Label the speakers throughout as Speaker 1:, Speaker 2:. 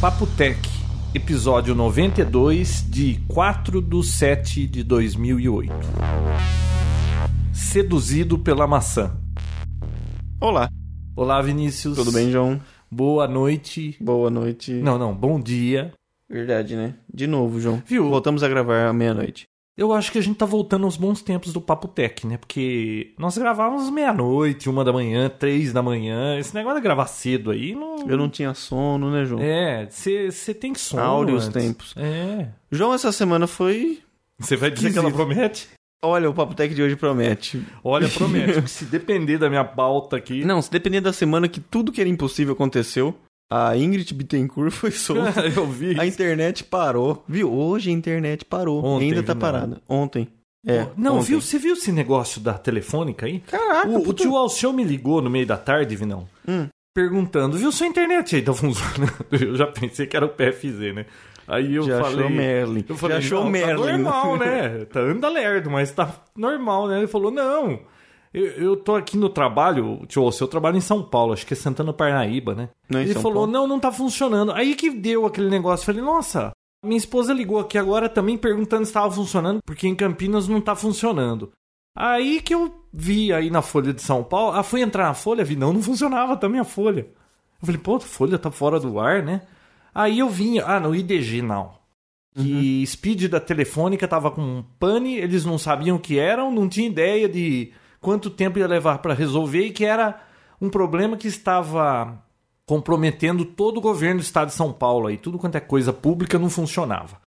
Speaker 1: Papo Tech, episódio 92, de 4 de 7 de 2008. Seduzido pela maçã.
Speaker 2: Olá,
Speaker 1: Olá, Vinícius.
Speaker 2: tudo bem, João?
Speaker 1: Boa noite.
Speaker 2: Boa noite.
Speaker 1: Não, não, bom dia.
Speaker 2: Verdade, né? De novo, João.
Speaker 1: Viu?
Speaker 2: Voltamos a gravar à meia-noite.
Speaker 1: Eu acho que a gente tá voltando aos bons tempos do Papo Tech, né? Porque nós gravávamos meia-noite, uma da manhã, três da manhã. Esse negócio de gravar cedo aí não.
Speaker 2: Eu não tinha sono, né, João?
Speaker 1: É, você tem que sono.
Speaker 2: Áureos
Speaker 1: antes.
Speaker 2: tempos.
Speaker 1: É.
Speaker 2: João, essa semana foi.
Speaker 1: Você vai dizer que ela
Speaker 2: Esquisito.
Speaker 1: promete?
Speaker 2: Olha, o Papo Tech de hoje promete.
Speaker 1: Olha, promete. que se depender da minha pauta aqui.
Speaker 2: Não, se depender da semana que tudo que era impossível aconteceu, a Ingrid Bittencourt foi solta.
Speaker 1: eu vi.
Speaker 2: a internet parou. Viu? Hoje a internet parou.
Speaker 1: Ontem,
Speaker 2: Ainda tá
Speaker 1: viu,
Speaker 2: parada. Ontem. É.
Speaker 1: Não,
Speaker 2: ontem.
Speaker 1: viu? Você viu esse negócio da telefônica aí?
Speaker 2: Caraca,
Speaker 1: o, o
Speaker 2: puta-
Speaker 1: tio Alceu me ligou no meio da tarde, Vinão.
Speaker 2: Hum.
Speaker 1: Perguntando, viu, sua internet aí tá funcionando? Eu já pensei que era o PFZ, né? Aí eu
Speaker 2: Já
Speaker 1: falei.
Speaker 2: achou Merlin.
Speaker 1: Eu falei,
Speaker 2: Já achou
Speaker 1: não,
Speaker 2: Merlin.
Speaker 1: Tá normal, né? Tá anda lerdo, mas tá normal, né? Ele falou, não. Eu, eu tô aqui no trabalho, o tio Alceu trabalha em São Paulo, acho que é Santana Parnaíba, né?
Speaker 2: Não, é em
Speaker 1: Ele
Speaker 2: São
Speaker 1: falou,
Speaker 2: Paulo.
Speaker 1: não, não tá funcionando. Aí que deu aquele negócio. Eu Falei, nossa, minha esposa ligou aqui agora também perguntando se tava funcionando, porque em Campinas não tá funcionando. Aí que eu vi aí na Folha de São Paulo, ah, fui entrar na Folha, vi, não, não funcionava também a Folha. Eu falei, pô, a Folha tá fora do ar, né? Aí eu vim, ah, no IDG não. Que
Speaker 2: Uhum.
Speaker 1: speed da telefônica tava com um pane, eles não sabiam o que eram, não tinha ideia de quanto tempo ia levar pra resolver e que era um problema que estava comprometendo todo o governo do estado de São Paulo aí, tudo quanto é coisa pública não funcionava.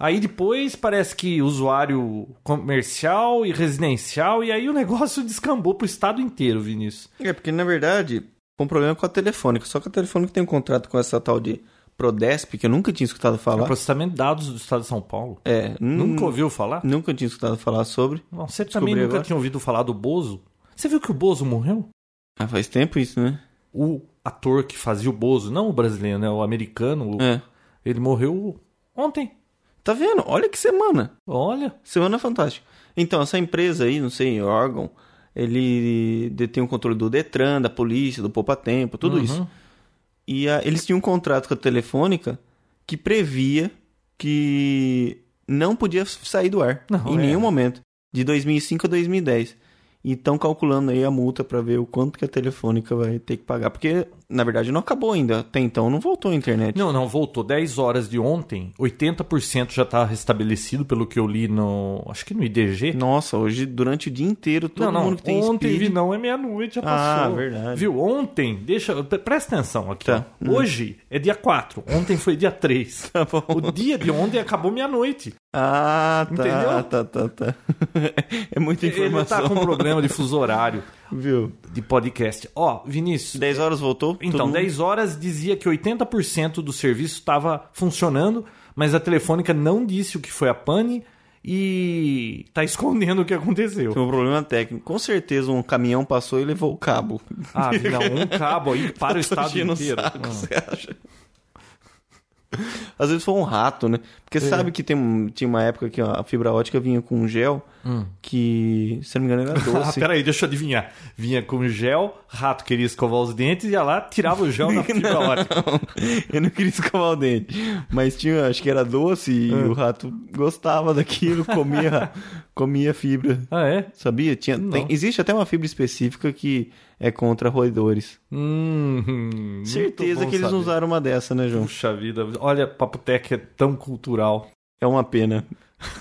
Speaker 1: Aí depois parece que usuário comercial e residencial, e aí o negócio descambou pro estado inteiro, Vinícius.
Speaker 2: É, porque na verdade, foi um problema com a telefônica. Só que a telefônica tem um contrato com essa tal de Prodesp, que eu nunca tinha escutado
Speaker 1: É o
Speaker 2: falar.
Speaker 1: processamento de dados do estado de São Paulo.
Speaker 2: É,
Speaker 1: Nunca
Speaker 2: nunca
Speaker 1: ouviu falar?
Speaker 2: Nunca tinha escutado falar sobre.
Speaker 1: Não, você também
Speaker 2: Descobri
Speaker 1: nunca
Speaker 2: agora.
Speaker 1: tinha ouvido falar do Bozo? Você viu que o Bozo morreu?
Speaker 2: Ah, faz tempo isso, né?
Speaker 1: O ator que fazia o Bozo, não o brasileiro, né? O americano, o-
Speaker 2: É.
Speaker 1: ele morreu ontem.
Speaker 2: Tá vendo? Olha que semana.
Speaker 1: Olha,
Speaker 2: Semana fantástica. Então, essa empresa aí, não sei, órgão, ele detém o controle do Detran, da polícia, do Poupa Tempo, tudo
Speaker 1: Uhum.
Speaker 2: isso. E ah, eles tinham um contrato com a Telefônica que previa que não podia sair do ar
Speaker 1: Não,
Speaker 2: em
Speaker 1: é.
Speaker 2: nenhum momento, de 2005 a 2010. E estão calculando aí a multa para ver o quanto que a Telefônica vai ter que pagar. Porque, na verdade, não acabou ainda. Até então, não voltou a internet.
Speaker 1: Não, não, voltou. 10 horas de ontem, 80% já tá restabelecido, pelo que eu li no. Acho que no IDG.
Speaker 2: Nossa, hoje, durante o dia inteiro, todo
Speaker 1: não, não.
Speaker 2: mundo que tem
Speaker 1: ontem vi,
Speaker 2: speed...
Speaker 1: não, é meia-noite, já
Speaker 2: Ah,
Speaker 1: passou.
Speaker 2: verdade.
Speaker 1: Viu? Ontem, deixa. pre- Presta atenção aqui.
Speaker 2: Tá.
Speaker 1: ó. Hoje é dia 4, ontem foi dia 3.
Speaker 2: Tá bom.
Speaker 1: O dia de ontem acabou meia-noite.
Speaker 2: Ah, tá,
Speaker 1: Entendeu?
Speaker 2: tá, tá, tá. é muita
Speaker 1: Ele
Speaker 2: informação.
Speaker 1: tá com problema de fuso horário
Speaker 2: Viu?
Speaker 1: de podcast. Ó, Vinícius,
Speaker 2: 10 horas voltou? Todo
Speaker 1: Então,
Speaker 2: mundo-
Speaker 1: 10 horas dizia que 80% do serviço estava funcionando, mas a telefônica não disse o que foi a pane e tá escondendo o que aconteceu.
Speaker 2: Foi um problema técnico. Com certeza um caminhão passou e levou o cabo.
Speaker 1: Ah, não, um cabo aí para o
Speaker 2: Tô
Speaker 1: estado
Speaker 2: enchendo o
Speaker 1: inteiro.
Speaker 2: saco,
Speaker 1: Ah.
Speaker 2: você acha? Às vezes foi um rato, né? Porque
Speaker 1: É.
Speaker 2: sabe que tem, um- tinha uma época que a fibra ótica vinha com um gel
Speaker 1: Hum.
Speaker 2: que, se não me engano, era
Speaker 1: Ah,
Speaker 2: doce.
Speaker 1: peraí, deixa eu adivinhar. Vinha com gel, rato queria escovar os dentes, ia lá, tirava o gel na fibra ótica.
Speaker 2: Eu não queria escovar o dente. Mas tinha, acho que era doce
Speaker 1: É.
Speaker 2: e o rato gostava daquilo, comia, comia fibra.
Speaker 1: Ah, é?
Speaker 2: Sabia? Tinha,
Speaker 1: Não.
Speaker 2: tem- existe até uma fibra específica que é contra roedores.
Speaker 1: Hum,
Speaker 2: Certeza que eles
Speaker 1: não
Speaker 2: usaram uma dessa, né, João?
Speaker 1: Puxa vida, olha, Papotec é tão cultural.
Speaker 2: É uma pena.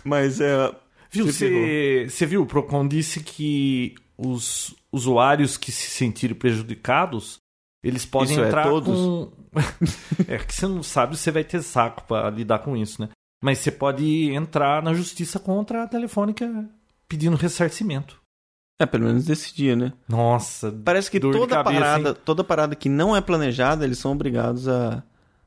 Speaker 2: Mas é.
Speaker 1: Viu,
Speaker 2: Se
Speaker 1: você você viu? O Procon disse que os usuários que se sentirem prejudicados, eles podem
Speaker 2: Isso é,
Speaker 1: entrar
Speaker 2: todos?
Speaker 1: com... é que você não sabe, você vai ter saco pra lidar com isso, né? Mas você pode entrar na justiça contra a Telefônica pedindo ressarcimento.
Speaker 2: É, pelo menos desse dia, né?
Speaker 1: Nossa,
Speaker 2: Parece que
Speaker 1: Dor de
Speaker 2: toda
Speaker 1: cabeça,
Speaker 2: parada, toda parada que não é planejada, eles são obrigados a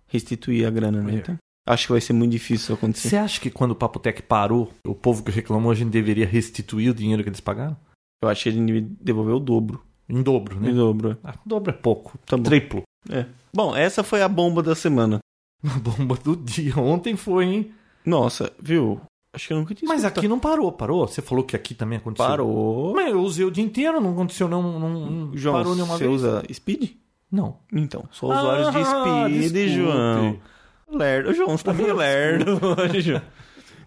Speaker 2: restituir a grana, né?
Speaker 1: É.
Speaker 2: Então, acho que vai ser muito difícil acontecer.
Speaker 1: você acha que quando o Papotec parou, o povo que reclamou, a gente deveria restituir o dinheiro que eles pagaram?
Speaker 2: Eu acho que ele me devolveu o dobro.
Speaker 1: Em dobro,
Speaker 2: Me
Speaker 1: né?
Speaker 2: dobro.
Speaker 1: Ah, dobro é pouco.
Speaker 2: Tá bom.
Speaker 1: Triplo.
Speaker 2: Bom, essa foi a bomba da semana.
Speaker 1: A bomba do dia. Ontem foi, hein?
Speaker 2: Nossa, viu? Acho que eu nunca tinha
Speaker 1: Mas
Speaker 2: escutado.
Speaker 1: aqui não parou, parou? Você falou que aqui também aconteceu.
Speaker 2: parou. Hum,
Speaker 1: Mas eu usei o dia inteiro, não aconteceu, não, não, não
Speaker 2: João,
Speaker 1: parou nenhuma
Speaker 2: você
Speaker 1: vez.
Speaker 2: usa Speed?
Speaker 1: Não.
Speaker 2: Então, sou usuário
Speaker 1: Ah,
Speaker 2: de Speed,
Speaker 1: desculpe.
Speaker 2: João. Lerdo. Ô, João, você tá meio lerdo hoje, João.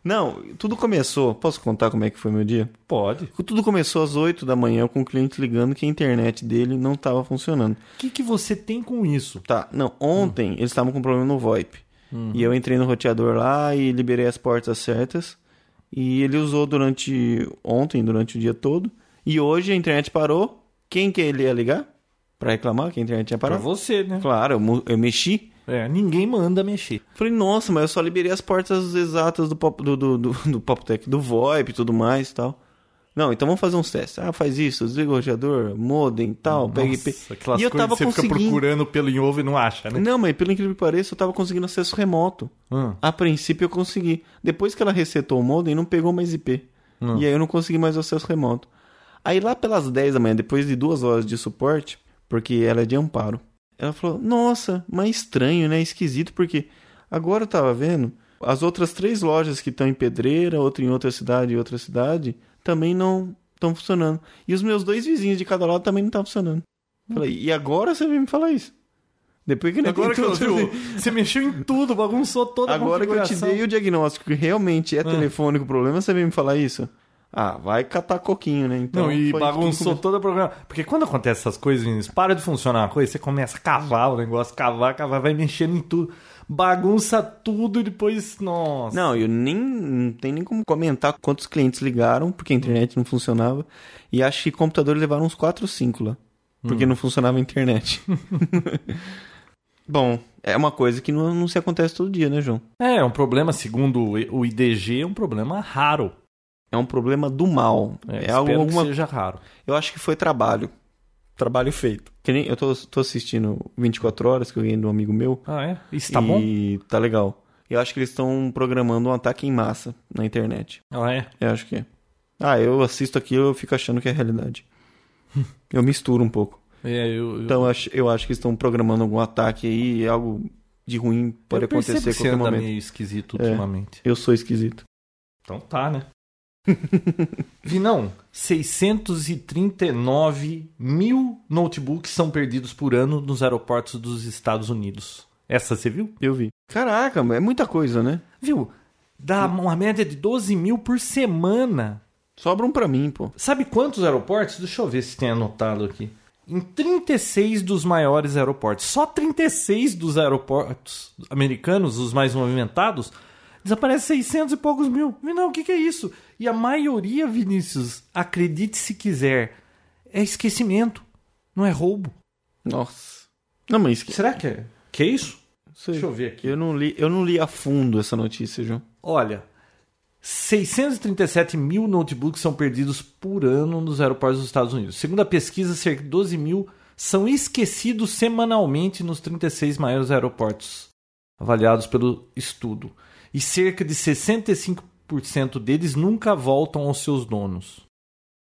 Speaker 2: Não, tudo começou. Posso contar como é que foi meu dia?
Speaker 1: Pode.
Speaker 2: Tudo começou às 8 da manhã com o cliente ligando que a internet dele não estava funcionando.
Speaker 1: O que, que você tem com isso?
Speaker 2: Tá, não, ontem eles estavam com problema no VoIP.
Speaker 1: Uhum.
Speaker 2: E eu entrei no roteador lá e liberei as portas certas. E ele usou durante ontem, durante o dia todo. E hoje a internet parou. Quem que ele ia ligar? Pra reclamar que a internet tinha
Speaker 1: Pra
Speaker 2: parado?
Speaker 1: você, né?
Speaker 2: Claro, eu, mu- eu mexi.
Speaker 1: É, ninguém manda mexer.
Speaker 2: Falei, nossa, mas eu só liberei as portas exatas do pop, do, do, do, do Poptec, do VoIP e tudo mais e tal. Não, então vamos fazer uns testes. Ah, faz isso, desliga o roteador, modem tal, pega IP.
Speaker 1: aquelas
Speaker 2: E eu
Speaker 1: coisas
Speaker 2: tava
Speaker 1: que você fica
Speaker 2: conseguindo.
Speaker 1: procurando pelo em ovo e não acha, né?
Speaker 2: Não, mas pelo incrível que pareça, eu tava conseguindo acesso remoto.
Speaker 1: Hum.
Speaker 2: A princípio eu consegui. Depois que ela resetou o modem, não pegou mais IP.
Speaker 1: Ah.
Speaker 2: E aí eu não consegui mais o acesso remoto. Aí lá pelas 10 da manhã, depois de duas horas de suporte, porque ela é de amparo, ela falou: Nossa, mas estranho, né? Esquisito, porque agora eu tava vendo as outras três lojas que estão em Pedreira, outra em outra cidade e outra cidade, também não estão funcionando. E os meus dois vizinhos de cada lado também não estavam funcionando. Falei: E agora você vem me falar isso? Depois que
Speaker 1: Agora que eu
Speaker 2: tentou-
Speaker 1: vi, então, você mexeu em tudo, bagunçou toda a
Speaker 2: Agora que eu te
Speaker 1: configuração.
Speaker 2: dei o diagnóstico que realmente é
Speaker 1: Ah.
Speaker 2: telefônico o problema, você vem me falar isso? Ah, vai catar coquinho, né? Então,
Speaker 1: Não, e
Speaker 2: foi tudo
Speaker 1: bagunçou
Speaker 2: que-
Speaker 1: todo o programa. Porque quando acontece essas coisas, Vinícius, para de funcionar uma coisa, você começa a cavar o negócio, cavar, cavar, vai mexendo em tudo. Bagunça tudo e depois. Nossa.
Speaker 2: Não, eu nem não tem nem como comentar quantos clientes ligaram, porque a internet não funcionava. E acho que computadores levaram uns 4 ou 5 lá, porque
Speaker 1: Hum.
Speaker 2: não funcionava a internet. Bom, é uma coisa que não, não se acontece todo dia, né, João?
Speaker 1: É, é um problema, segundo o I- o IDG, é um problema raro.
Speaker 2: É um problema do mal. É, algo,
Speaker 1: espero
Speaker 2: alguma
Speaker 1: que seja raro.
Speaker 2: Eu acho que foi trabalho. Trabalho feito. Que nem, eu tô, tô assistindo 24 horas que eu ganhei de um amigo meu.
Speaker 1: Ah, é? Isso tá bom?
Speaker 2: e tá legal. Eu acho que eles estão programando um ataque em massa na internet.
Speaker 1: Ah, é.
Speaker 2: Eu acho que é. Ah, eu assisto aquilo eu fico achando que é realidade. eu misturo um pouco.
Speaker 1: É, eu, eu-
Speaker 2: Então eu acho, eu acho que estão programando algum ataque aí, algo de ruim pode
Speaker 1: eu percebo
Speaker 2: acontecer a
Speaker 1: que você
Speaker 2: qualquer
Speaker 1: anda
Speaker 2: momento.
Speaker 1: meio esquisito
Speaker 2: É.
Speaker 1: ultimamente.
Speaker 2: Eu sou esquisito.
Speaker 1: Então tá, né? Vinão, 639 mil notebooks são perdidos por ano nos aeroportos dos Estados Unidos. Essa você viu?
Speaker 2: Eu vi. Caraca, é muita coisa, né?
Speaker 1: Viu? Dá uma média de 12 mil por semana.
Speaker 2: Sobra um pra mim, pô.
Speaker 1: Sabe quantos aeroportos? Deixa eu ver se tem anotado aqui. Em 36 dos maiores aeroportos, só 36 dos aeroportos americanos, os mais movimentados, desaparece 600 e poucos mil. Não, o que, que é isso? E a maioria, Vinícius, acredite se quiser, é esquecimento, não é roubo.
Speaker 2: Nossa. Não, mas esqueci.
Speaker 1: Será que é? Que é isso? Deixa eu ver aqui.
Speaker 2: Eu não li, eu não li a fundo essa notícia, João.
Speaker 1: Olha, 637 mil notebooks são perdidos por ano nos aeroportos dos Estados Unidos. Segundo a pesquisa, cerca de 12 mil são esquecidos semanalmente nos 36 maiores aeroportos avaliados pelo estudo. E cerca de 65% deles nunca voltam aos seus donos.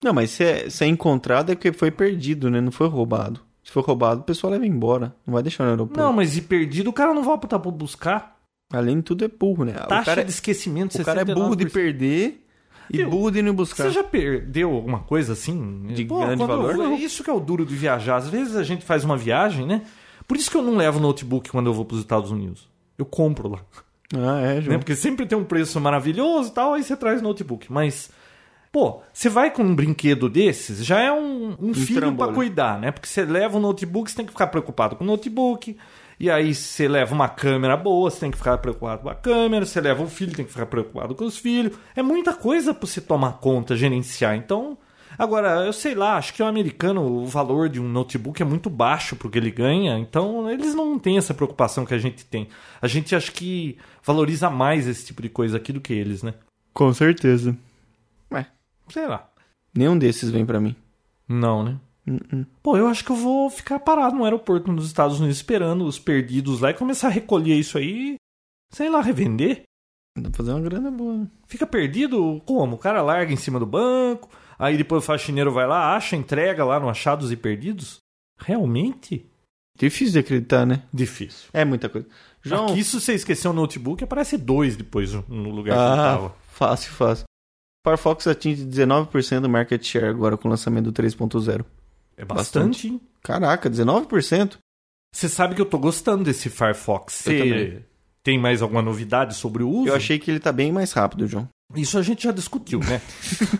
Speaker 2: Não, mas se é, se é encontrado é porque foi perdido, né? Não foi roubado. Se for roubado, o pessoal leva embora. Não vai deixar no aeroporto.
Speaker 1: Não, mas e perdido, o cara não volta pra buscar.
Speaker 2: Além de tudo, é burro, né?
Speaker 1: Taxa
Speaker 2: o cara,
Speaker 1: de esquecimento,
Speaker 2: o cara é burro de
Speaker 1: 69%.
Speaker 2: perder e
Speaker 1: Viu?
Speaker 2: burro de não buscar.
Speaker 1: Você já perdeu alguma coisa assim?
Speaker 2: De grande
Speaker 1: quando eu
Speaker 2: valor,
Speaker 1: vou-
Speaker 2: não.
Speaker 1: Isso que é o duro de viajar. Às vezes a gente faz uma viagem, né? Por isso que eu não levo notebook quando eu vou para os Estados Unidos. Eu compro lá.
Speaker 2: Ah, é,
Speaker 1: Né?
Speaker 2: João.
Speaker 1: Porque sempre tem um preço maravilhoso e tal, aí você traz notebook. Mas, pô, você vai com um brinquedo desses, já é um, um filho para
Speaker 2: trambolho.
Speaker 1: cuidar, né? Porque você leva um notebook, você tem que ficar preocupado com o notebook. E aí você leva uma câmera boa, você tem que ficar preocupado com a câmera. Você leva um filho, tem que ficar preocupado com os filhos. É muita coisa para você tomar conta, gerenciar. Então... Agora, eu sei lá, acho que o americano, o valor de um notebook é muito baixo pro que ele ganha, então eles não têm essa preocupação que a gente tem. A gente acho que valoriza mais esse tipo de coisa aqui do que eles, né?
Speaker 2: Com certeza.
Speaker 1: Sei lá.
Speaker 2: Nenhum desses vem pra mim.
Speaker 1: Não, né?
Speaker 2: Hum, hum.
Speaker 1: Pô, eu acho que eu vou ficar parado no aeroporto nos Estados Unidos esperando os perdidos lá e começar a recolher isso aí, sei lá, revender.
Speaker 2: Dá pra fazer uma grana boa. né?
Speaker 1: Fica perdido como? O cara larga em cima do banco, aí depois o faxineiro vai lá, acha, entrega lá no Achados e Perdidos? Realmente?
Speaker 2: Difícil de acreditar, né?
Speaker 1: Difícil.
Speaker 2: É muita coisa.
Speaker 1: Já
Speaker 2: João,
Speaker 1: que isso você esqueceu o notebook, aparece dois depois no lugar que ele
Speaker 2: ah,
Speaker 1: tava.
Speaker 2: fácil, fácil. Firefox atinge 19% do market share agora com o lançamento do 3.0.
Speaker 1: É
Speaker 2: bastante.
Speaker 1: bastante, hein?
Speaker 2: Caraca, 19%?
Speaker 1: Você sabe que eu tô gostando desse Firefox.
Speaker 2: Eu
Speaker 1: Você
Speaker 2: também.
Speaker 1: tem mais alguma novidade sobre o uso?
Speaker 2: Eu achei que ele tá bem mais rápido, João.
Speaker 1: Isso a gente já discutiu, né?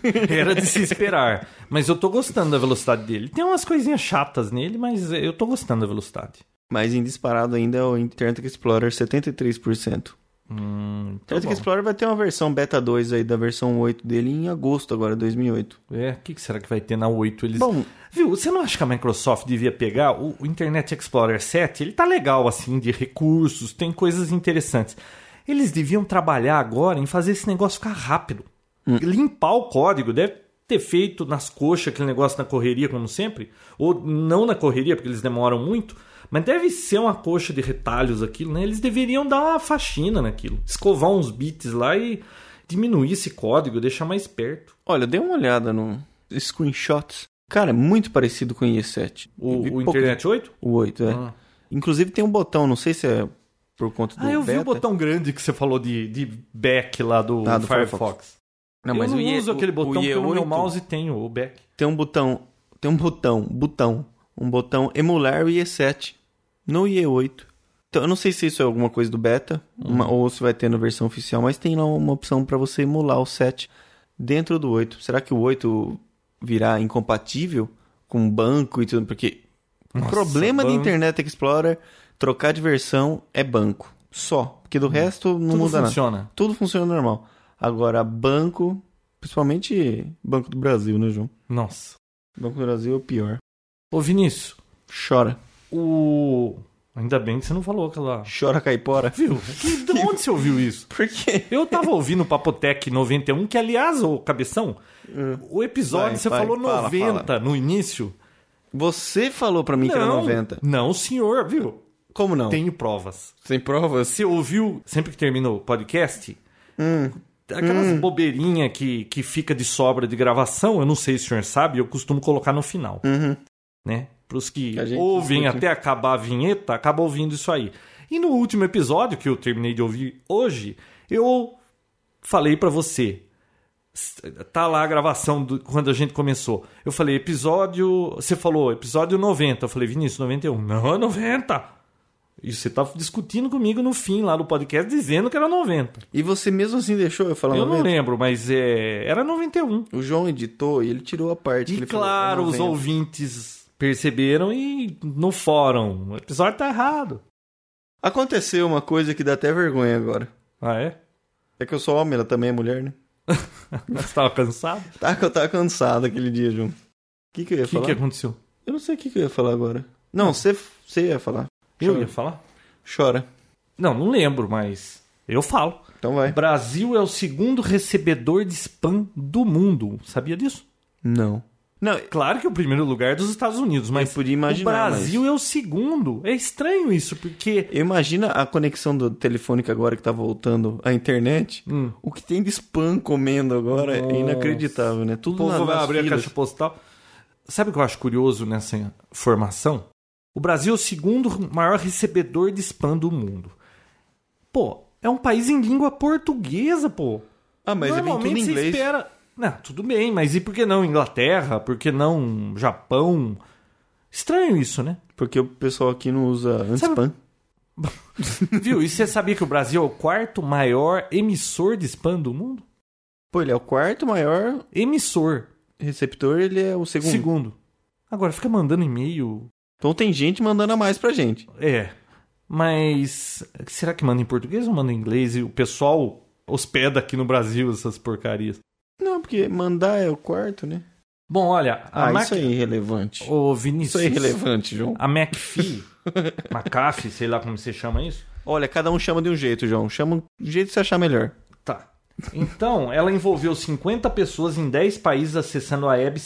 Speaker 1: Era de se esperar. Mas eu tô gostando da velocidade dele. Tem umas coisinhas chatas nele, mas eu tô gostando da velocidade.
Speaker 2: Mas em disparado ainda é o Internet Explorer 73%.
Speaker 1: Hum, tá
Speaker 2: Internet
Speaker 1: bom.
Speaker 2: Explorer vai ter uma versão beta 2 aí da versão 8 dele em agosto agora, 2008.
Speaker 1: É, o que que será que vai ter na 8? Eles...
Speaker 2: Bom,
Speaker 1: Viu, você não acha que a Microsoft devia pegar o, o Internet Explorer 7? Ele tá legal, assim, de recursos, tem coisas interessantes. Eles deviam trabalhar agora em fazer esse negócio ficar rápido. Limpar o código, deve ter feito nas coxas aquele negócio na correria, como sempre. Ou não na correria, porque eles demoram muito. Mas deve ser uma coxa de retalhos aquilo, né? Eles deveriam dar uma faxina naquilo. Escovar uns bits lá e diminuir esse código, deixar mais perto.
Speaker 2: olha, dei uma olhada no screenshots. Cara, é muito parecido com o IE7.
Speaker 1: O, o
Speaker 2: Pouco-
Speaker 1: Internet 8?
Speaker 2: O 8, é.
Speaker 1: Ah.
Speaker 2: Inclusive tem um botão, não sei se é por conta do
Speaker 1: Ah, eu vi
Speaker 2: beta.
Speaker 1: o botão grande que você falou de, de back lá do,
Speaker 2: Ah, do
Speaker 1: Firefox.
Speaker 2: Não,
Speaker 1: eu não
Speaker 2: IE
Speaker 1: uso aquele botão porque no meu
Speaker 2: IE8
Speaker 1: mouse tem o back.
Speaker 2: Tem um botão, tem um botão, botão, um botão emular o IE7 no IE8. Então, eu não sei se isso é alguma coisa do beta
Speaker 1: Hum.
Speaker 2: uma- ou se vai ter na versão oficial, mas tem lá uma opção para você emular o 7 dentro do 8. Será que o 8 virá incompatível com o banco e tudo? Porque o
Speaker 1: Nossa,
Speaker 2: problema de
Speaker 1: banco.
Speaker 2: Internet Explorer trocar de versão é banco, só, porque do resto não
Speaker 1: Hum. Tudo
Speaker 2: muda nada.
Speaker 1: funciona.
Speaker 2: Tudo funciona normal. Agora, banco, principalmente Banco do Brasil, né, João?
Speaker 1: Nossa.
Speaker 2: Banco do Brasil é o pior.
Speaker 1: Ô, Vinícius,
Speaker 2: Chora.
Speaker 1: o. Ainda bem que você não falou aquela.
Speaker 2: Chora caipora.
Speaker 1: Viu? Que- De onde você ouviu isso?
Speaker 2: Por quê?
Speaker 1: Eu tava ouvindo o Papotec 91, que aliás, ô Cabeção, o episódio
Speaker 2: É. Vai,
Speaker 1: você
Speaker 2: vai,
Speaker 1: falou
Speaker 2: fala,
Speaker 1: 90 no início.
Speaker 2: Você falou pra mim que era 90.
Speaker 1: Não, senhor, viu?
Speaker 2: Como não?
Speaker 1: Tenho provas.
Speaker 2: Sem provas?
Speaker 1: Você ouviu, sempre que termina o podcast, aquelas bobeirinhas que, que fica de sobra de gravação, eu não sei se o senhor sabe, eu costumo colocar no final. Né? Para os que
Speaker 2: Que a gente
Speaker 1: ouvem
Speaker 2: escute.
Speaker 1: até acabar a vinheta, acabam ouvindo isso aí. E no último episódio, que eu terminei de ouvir hoje, eu falei pra você. S- Tá lá a gravação do- quando a gente começou. Eu falei, episódio. Você falou, episódio 90. Eu falei, Vinícius, 91. Não, é 90. E você tava discutindo comigo no fim lá do podcast, dizendo que era 90.
Speaker 2: E você mesmo assim deixou eu falar
Speaker 1: eu
Speaker 2: 90?
Speaker 1: não lembro, mas é, era 91.
Speaker 2: O João editou e ele tirou a parte.
Speaker 1: E
Speaker 2: que ele falou,
Speaker 1: claro,
Speaker 2: é
Speaker 1: os
Speaker 2: 90.
Speaker 1: ouvintes perceberam e no fórum. O episódio tá errado.
Speaker 2: Aconteceu uma coisa que dá até vergonha agora.
Speaker 1: Ah, é?
Speaker 2: É que eu sou homem, ela também é mulher, né?
Speaker 1: Você tava cansado?
Speaker 2: Tá que eu tava cansado aquele dia, João. O que, que eu ia
Speaker 1: O que,
Speaker 2: falar?
Speaker 1: que é? aconteceu?
Speaker 2: Eu não sei o que, que eu ia falar agora. Não, você você ia falar.
Speaker 1: Eu
Speaker 2: Chora.
Speaker 1: ia falar?
Speaker 2: Chora.
Speaker 1: Não, não lembro, mas eu falo.
Speaker 2: Então vai.
Speaker 1: Brasil é o segundo recebedor de spam do mundo. Sabia disso?
Speaker 2: Não. Não,
Speaker 1: Claro que é o primeiro lugar é dos Estados Unidos, mas
Speaker 2: Eu podia
Speaker 1: o
Speaker 2: imaginar,
Speaker 1: Brasil é o segundo. É estranho isso, porque
Speaker 2: eu imagino a conexão do telefônica agora que tá voltando à internet.
Speaker 1: hum,
Speaker 2: O que tem de spam comendo agora
Speaker 1: Nossa.
Speaker 2: é inacreditável, né?
Speaker 1: o
Speaker 2: Tudo na,
Speaker 1: povo vai
Speaker 2: nas
Speaker 1: abrir a
Speaker 2: filas.
Speaker 1: caixa postal. Sabe o que eu acho curioso nessa formação? O Brasil é o segundo maior recebedor de spam do mundo. Pô, é um país em língua portuguesa, pô.
Speaker 2: Ah, mas é bem tudo em
Speaker 1: Normalmente você
Speaker 2: inglês.
Speaker 1: espera. Não, tudo bem, mas e por que não Inglaterra? Por que não Japão? Estranho isso, né?
Speaker 2: Porque o pessoal aqui não usa
Speaker 1: Sabe-
Speaker 2: anti-spam.
Speaker 1: Viu? E você sabia que o Brasil é o quarto maior emissor de spam do mundo?
Speaker 2: Pô, ele é o quarto maior
Speaker 1: Emissor.
Speaker 2: receptor, ele é o segundo.
Speaker 1: Segundo. Agora, fica mandando e-mail.
Speaker 2: Então tem gente mandando a mais pra gente.
Speaker 1: É. Mas. Será que manda em português ou manda em inglês? E o pessoal hospeda aqui no Brasil essas porcarias.
Speaker 2: Não, porque mandar é o quarto, né?
Speaker 1: Bom, olha. A
Speaker 2: Ah,
Speaker 1: Mac...
Speaker 2: isso é irrelevante.
Speaker 1: Ô, Vinícius.
Speaker 2: Isso é irrelevante, João.
Speaker 1: A McPhee. McAfee, sei lá como você chama isso.
Speaker 2: Olha, cada um chama de um jeito, João. Chama do jeito que você achar melhor.
Speaker 1: Tá. Então, ela envolveu 50 pessoas em 10 países acessando a web,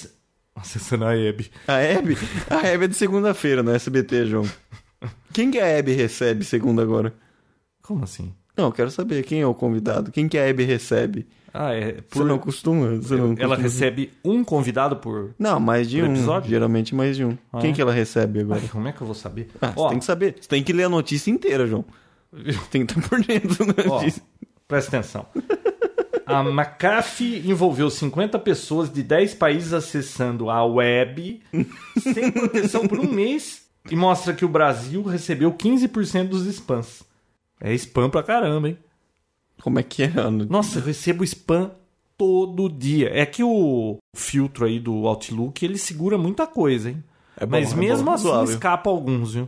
Speaker 1: Acessando a Hebe.
Speaker 2: A Hebe? A Hebe é de segunda-feira no SBT, João. Quem que a Hebe recebe segunda agora?
Speaker 1: Como assim?
Speaker 2: Não, eu quero saber quem é o convidado. Quem que a Hebe recebe?
Speaker 1: Ah, é.
Speaker 2: Você não costuma? Você não
Speaker 1: Ela
Speaker 2: costuma-
Speaker 1: recebe um convidado por.
Speaker 2: Não, mais de
Speaker 1: por
Speaker 2: um.
Speaker 1: episódio?
Speaker 2: Geralmente mais de um.
Speaker 1: Ah,
Speaker 2: quem
Speaker 1: é?
Speaker 2: que ela recebe agora?
Speaker 1: Ai, como é que eu vou saber?
Speaker 2: Ah, você
Speaker 1: Ó,
Speaker 2: tem que saber. Você tem que ler a notícia inteira, João. Tem que estar por dentro da
Speaker 1: Ó,
Speaker 2: notícia.
Speaker 1: presta atenção. A McAfee envolveu 50 pessoas de 10 países acessando a web sem proteção por um mês e mostra que o Brasil recebeu 15% dos spams. É spam pra caramba, hein?
Speaker 2: Como é que é, Ana?
Speaker 1: Nossa, eu recebo spam todo dia. É que o filtro aí do Outlook, ele segura muita coisa, hein?
Speaker 2: É bom,
Speaker 1: Mas
Speaker 2: é
Speaker 1: mesmo
Speaker 2: bom,
Speaker 1: assim
Speaker 2: razoável.
Speaker 1: escapa alguns, viu?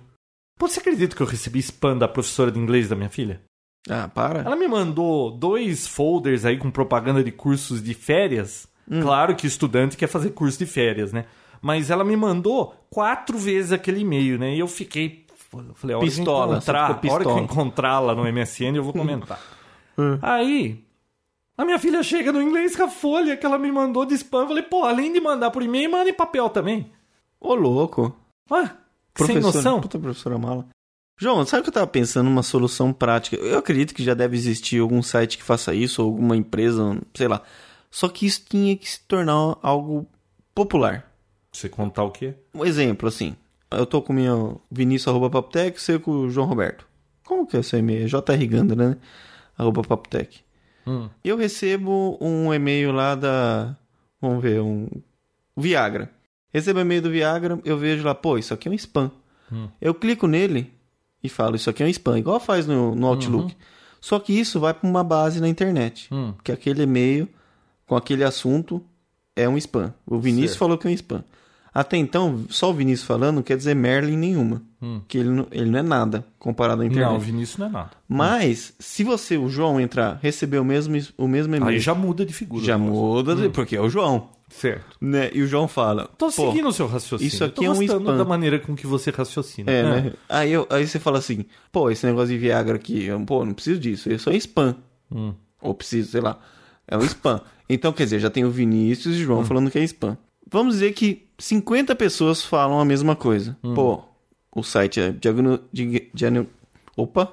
Speaker 1: Pô, você acredita que eu recebi spam da professora de inglês da minha filha?
Speaker 2: Ah, para.
Speaker 1: Ela me mandou dois folders aí com propaganda de cursos de férias.
Speaker 2: Hum.
Speaker 1: Claro que estudante quer fazer curso de férias, né? Mas ela me mandou quatro vezes aquele e-mail, né? E eu fiquei. eu Falei, a hora que eu
Speaker 2: Pistola, você
Speaker 1: encontrar-
Speaker 2: ficou
Speaker 1: a hora que eu
Speaker 2: pistola. Hum.
Speaker 1: encontrá-la no MSN, eu vou comentar. aí, a minha filha chega no inglês com a folha que ela me mandou de spam. Eu falei, pô, além de mandar por e-mail, manda em papel também.
Speaker 2: Ô, louco.
Speaker 1: Ué, que sem noção.
Speaker 2: Puta professora mala. João, sabe o que eu tava pensando? Uma solução prática. Eu acredito que já deve existir algum site que faça isso, ou alguma empresa, um, sei lá. Só que isso tinha que se tornar algo popular.
Speaker 1: Você contar o quê?
Speaker 2: Um exemplo, assim. Eu tô com o meu Vinícius arroba Papotec, você com o João Roberto. Como que é seu e-mail? É JR Gandra, né? Arroba Papotec.
Speaker 1: Hum.
Speaker 2: Eu recebo um e-mail lá da. Vamos ver, um. Viagra. Recebo um e-mail do Viagra, eu vejo lá, pô, isso aqui é um spam.
Speaker 1: Hum.
Speaker 2: Eu clico nele e falo, isso aqui é um spam, igual faz no, no Outlook. Só que isso vai para uma base na internet.
Speaker 1: Uhum. Hum.
Speaker 2: Que aquele e-mail com aquele assunto é um spam. O Vinícius
Speaker 1: Certo.
Speaker 2: falou que é um spam. Até então, só o Vinícius falando não quer dizer Merlin nenhuma. Que ele não, ele não é nada comparado à internet.
Speaker 1: Hum. Não, o Vinícius não é nada.
Speaker 2: Mas, se você, o João, entrar, receber o mesmo, o mesmo e-mail.
Speaker 1: Aí já muda de figura.
Speaker 2: Já
Speaker 1: o negócio.
Speaker 2: muda, porque é o João.
Speaker 1: Certo.
Speaker 2: Né? E o João fala.
Speaker 1: Tô
Speaker 2: pô,
Speaker 1: seguindo o seu raciocínio.
Speaker 2: isso aqui
Speaker 1: Tô
Speaker 2: é um
Speaker 1: gostando
Speaker 2: spam.
Speaker 1: da maneira com que você raciocina.
Speaker 2: É, né? Aí, eu- aí você fala assim, pô, esse negócio de Viagra aqui, eu, pô, não preciso disso, isso é spam.
Speaker 1: Hum.
Speaker 2: Ou preciso, sei lá. É um spam. então, quer dizer, já tem o Vinícius e o João
Speaker 1: Hum.
Speaker 2: falando que é spam. Vamos dizer que 50 pessoas falam a mesma coisa.
Speaker 1: Hum.
Speaker 2: Pô, o site é diagno... dig- diagno- Opa!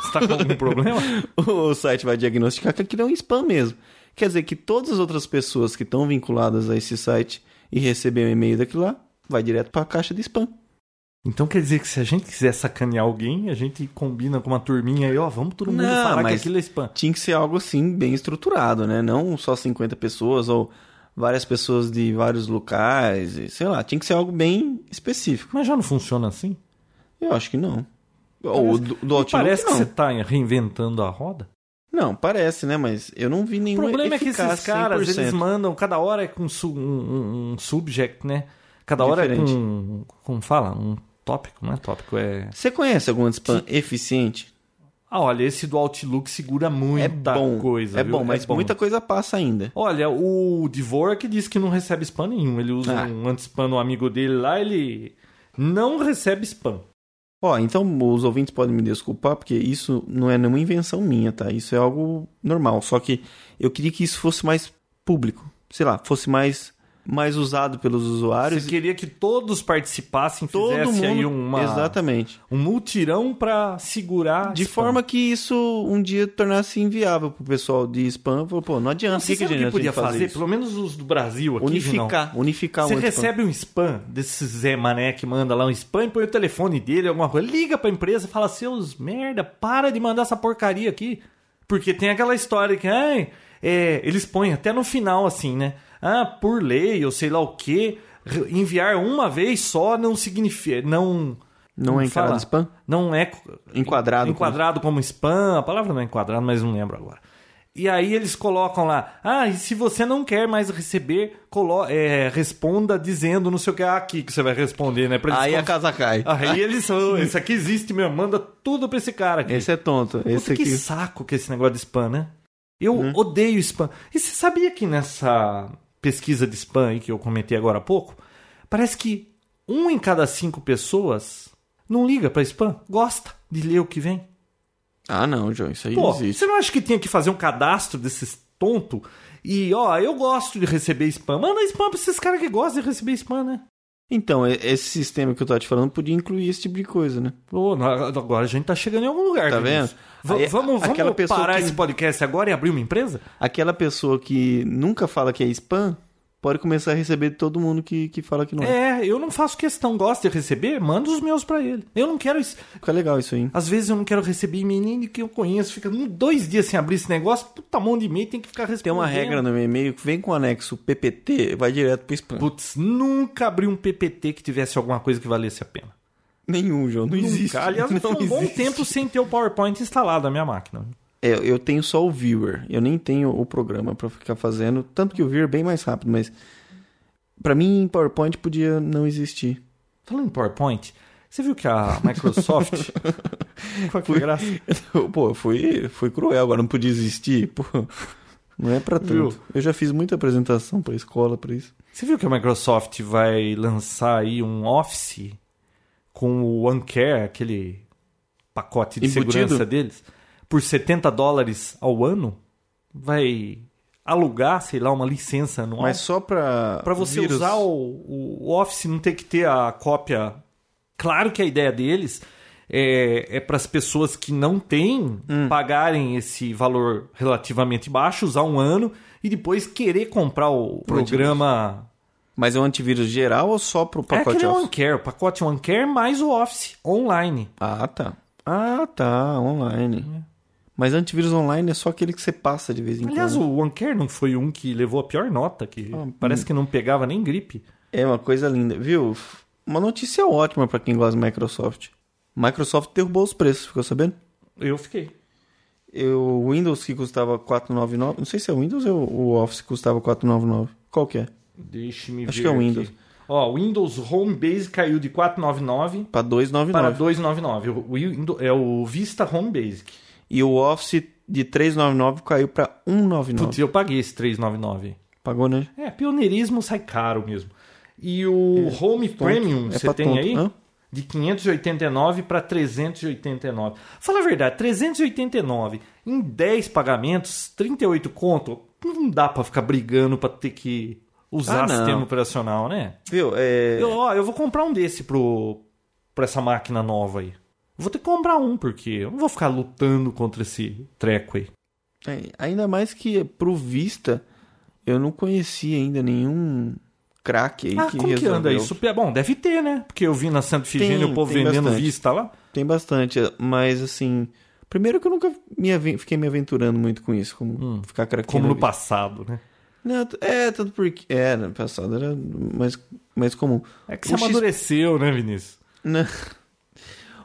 Speaker 1: Você tá com algum problema?
Speaker 2: o site vai diagnosticar que aquilo é um spam mesmo. Quer dizer que todas as outras pessoas que estão vinculadas a esse site e receber um e-mail daquilo lá, vai direto para a caixa de spam.
Speaker 1: Então quer dizer que se a gente quiser sacanear alguém, a gente combina com uma turminha aí, ó, vamos todo mundo
Speaker 2: Não,
Speaker 1: falar que
Speaker 2: mas-
Speaker 1: aquilo é spam.
Speaker 2: Tinha que ser algo assim bem estruturado, né? Não só 50 pessoas ou várias pessoas de vários locais, e sei lá, tinha que ser algo bem específico.
Speaker 1: Mas já não funciona assim?
Speaker 2: Eu acho que não. ou do, do
Speaker 1: E
Speaker 2: Outlook,
Speaker 1: parece que
Speaker 2: não.
Speaker 1: você tá reinventando a roda.
Speaker 2: Não, parece, né? Mas eu não vi
Speaker 1: O
Speaker 2: nenhuma
Speaker 1: problema é que
Speaker 2: eficácia
Speaker 1: esses caras,
Speaker 2: 100%.
Speaker 1: eles mandam, cada hora é com su- um, um- um subject, né? Cada hora
Speaker 2: Diferente.
Speaker 1: é com, como fala, um tópico, não é tópico, é...
Speaker 2: Você conhece algum spam eficiente?
Speaker 1: Ah, olha, esse do Outlook segura muita
Speaker 2: é bom.
Speaker 1: coisa,
Speaker 2: é
Speaker 1: viu?
Speaker 2: bom, mas muita coisa passa ainda.
Speaker 1: Olha, o Dvorak diz que não recebe spam nenhum. Ele usa
Speaker 2: Ah.
Speaker 1: um anti-spam no amigo dele lá, ele não recebe spam.
Speaker 2: Ó, então os ouvintes podem me desculpar, porque isso não é nenhuma invenção minha, tá? Isso é algo normal. Só que eu queria que isso fosse mais público. Sei lá, fosse mais, mais usado pelos usuários.
Speaker 1: Você queria que todos participassem,
Speaker 2: Todo
Speaker 1: fizesse
Speaker 2: mundo.
Speaker 1: aí uma,
Speaker 2: Exatamente.
Speaker 1: um multirão pra segurar
Speaker 2: De
Speaker 1: spam.
Speaker 2: forma que isso um dia tornasse inviável pro pessoal de spam. Falou, Pô, não adianta.
Speaker 1: não sei
Speaker 2: por que
Speaker 1: se
Speaker 2: que
Speaker 1: o que
Speaker 2: adianta a
Speaker 1: podia
Speaker 2: gente fazer
Speaker 1: fazer,
Speaker 2: isso?
Speaker 1: pelo menos os do Brasil aqui, Vinão.
Speaker 2: Unificar. Unificar
Speaker 1: Você
Speaker 2: o anti-spam.
Speaker 1: recebe um spam desse Zé Mané que manda lá um spam e põe o telefone dele, alguma coisa. Liga pra empresa e fala, seus merda, para de mandar essa porcaria aqui. Porque tem aquela história que, ai, é, eles põem até no final assim, né? Ah, por lei ou sei lá o quê, re- enviar uma vez só não significa. Não. como
Speaker 2: Não é
Speaker 1: fala?
Speaker 2: encarado spam?
Speaker 1: Não é. co-
Speaker 2: Enquadrado.
Speaker 1: Enquadrado como spam, a palavra não é enquadrado, mas não lembro agora. E aí eles colocam lá, ah, e se você não quer mais receber, colo é, responda dizendo não sei o que, ah, aqui que você vai responder, né? Pra eles
Speaker 2: Aí a
Speaker 1: conf-
Speaker 2: casa cai.
Speaker 1: aí eles falam, isso aqui existe mesmo, manda tudo pra esse cara aqui.
Speaker 2: Esse é tonto. Esse
Speaker 1: Puta que
Speaker 2: aqui. Uhum.
Speaker 1: saco que é esse negócio de spam, né? Eu odeio spam. E você sabia que nessa pesquisa de spam aí que eu comentei agora há pouco, parece que um em cada cinco pessoas não liga pra spam, gosta de ler o que vem.
Speaker 2: Ah, não, João. Isso aí
Speaker 1: Pô,
Speaker 2: não existe.
Speaker 1: você não acha que tinha que fazer um cadastro desses tonto. E, ó, eu gosto de receber spam. Manda spam pra esses caras que gostam de receber spam, né?
Speaker 2: Então, e- esse sistema que eu tava te falando podia incluir esse tipo de coisa, né?
Speaker 1: Ô, nó- agora a gente tá chegando em algum lugar.
Speaker 2: Tá
Speaker 1: Vinícius.
Speaker 2: vendo?
Speaker 1: Va-
Speaker 2: Aí,
Speaker 1: vamos vamos
Speaker 2: aquela pessoa
Speaker 1: parar
Speaker 2: que-
Speaker 1: esse podcast agora e abrir uma empresa?
Speaker 2: Aquela pessoa que nunca fala que é spam pode começar a receber de todo mundo que, que fala que não é.
Speaker 1: É, eu não faço questão, gosto de receber, manda os meus pra ele. Eu não quero isso.
Speaker 2: Fica legal isso aí. hein?
Speaker 1: Às vezes eu não quero receber menino que eu conheço, fica um- dois dias sem abrir esse negócio, puta mão de e-mail, tem um que ficar respondendo.
Speaker 2: Tem uma regra né? no meu e-mail que vem com o anexo PPT, vai direto pro spam.
Speaker 1: Putz, nunca abri um PPT que tivesse alguma coisa que valesse a pena.
Speaker 2: Nenhum, João, não existe.
Speaker 1: Nunca. Aliás, eu
Speaker 2: não
Speaker 1: fiquei um bom
Speaker 2: existe.
Speaker 1: tempo sem ter o PowerPoint instalado na minha máquina.
Speaker 2: É, eu tenho só o viewer. Eu nem tenho o programa pra ficar fazendo. Tanto que o viewer é bem mais rápido, mas. Pra mim, PowerPoint podia não existir.
Speaker 1: Falando em PowerPoint, você viu que a Microsoft. Qual que é a graça?
Speaker 2: Pô, foi, foi cruel, agora não podia existir. Pô, não é pra tanto.
Speaker 1: Viu?
Speaker 2: Eu já fiz muita apresentação pra escola pra isso.
Speaker 1: Você viu que a Microsoft vai lançar aí um Office com o OneCare, aquele pacote de
Speaker 2: Embutido?
Speaker 1: segurança deles, por 70 dólares ao ano? Vai alugar, sei lá, uma licença anual
Speaker 2: Mas só pra.
Speaker 1: para você
Speaker 2: vírus.
Speaker 1: usar o, o Office não ter que ter a cópia. Claro que a ideia deles é, é para as pessoas que não têm
Speaker 2: Hum.
Speaker 1: pagarem esse valor relativamente baixo, usar um ano e depois querer comprar o programa.
Speaker 2: Mas é um antivírus geral ou só pro
Speaker 1: É
Speaker 2: pacote
Speaker 1: aquele
Speaker 2: Office?
Speaker 1: OneCare, o pacote OneCare mais o Office online.
Speaker 2: Ah, tá. Ah, tá.
Speaker 1: É.
Speaker 2: Online. Mas antivírus online é só aquele que você passa de vez em
Speaker 1: Aliás,
Speaker 2: quando.
Speaker 1: o OneCare não foi um que levou a pior nota, que
Speaker 2: Então. Ah,
Speaker 1: parece que não pegava nem gripe.
Speaker 2: É uma coisa linda, viu? Uma notícia ótima pra quem gosta de Microsoft. Microsoft derrubou os preços, ficou sabendo?
Speaker 1: Eu fiquei.
Speaker 2: Eu, o Windows que custava 499, não sei se é o Windows ou o Office que custava 499. Qual que é?
Speaker 1: Deixe-me ver.
Speaker 2: Acho que é o Windows.
Speaker 1: Aqui. Ó, o Windows Home Base caiu de 499 para
Speaker 2: Pra 299.
Speaker 1: 299. O Windows é o Vista Home Basic.
Speaker 2: E o Office de 399 caiu pra 199.
Speaker 1: Putz, eu paguei esse 399.
Speaker 2: Pagou, né?
Speaker 1: É, pioneirismo sai caro mesmo. E o Home Premium,
Speaker 2: É
Speaker 1: você
Speaker 2: pra
Speaker 1: tem
Speaker 2: tonto.
Speaker 1: aí?
Speaker 2: Hã?
Speaker 1: De 589 para 389. Fala a verdade, 389 em 10 pagamentos, 38 conto, não dá pra ficar brigando pra ter que usar
Speaker 2: Ah, não.
Speaker 1: sistema operacional, né?
Speaker 2: Viu? É...
Speaker 1: Eu, ó, eu vou comprar um desse pro, pra essa máquina nova aí. Vou ter que comprar um, porque eu não vou ficar lutando contra esse treco aí.
Speaker 2: É, ainda mais que pro Vista, eu não conheci ainda nenhum craque aí
Speaker 1: Ah,
Speaker 2: que
Speaker 1: como que anda
Speaker 2: resolveu.
Speaker 1: isso? Bom, deve ter, né? Porque eu vi na Santa Figênia
Speaker 2: Tem,
Speaker 1: o povo
Speaker 2: tem
Speaker 1: vendendo
Speaker 2: bastante.
Speaker 1: vista lá.
Speaker 2: Tem bastante, mas assim. Primeiro que eu nunca me aven- fiquei me aventurando muito com isso, como ficar craqueando.
Speaker 1: Hum. Como no
Speaker 2: isso.
Speaker 1: passado, né?
Speaker 2: Não, t- é, tanto porque. É, no passado era mais, mais comum.
Speaker 1: É que você
Speaker 2: O X-
Speaker 1: amadureceu, né, Vinícius?
Speaker 2: né?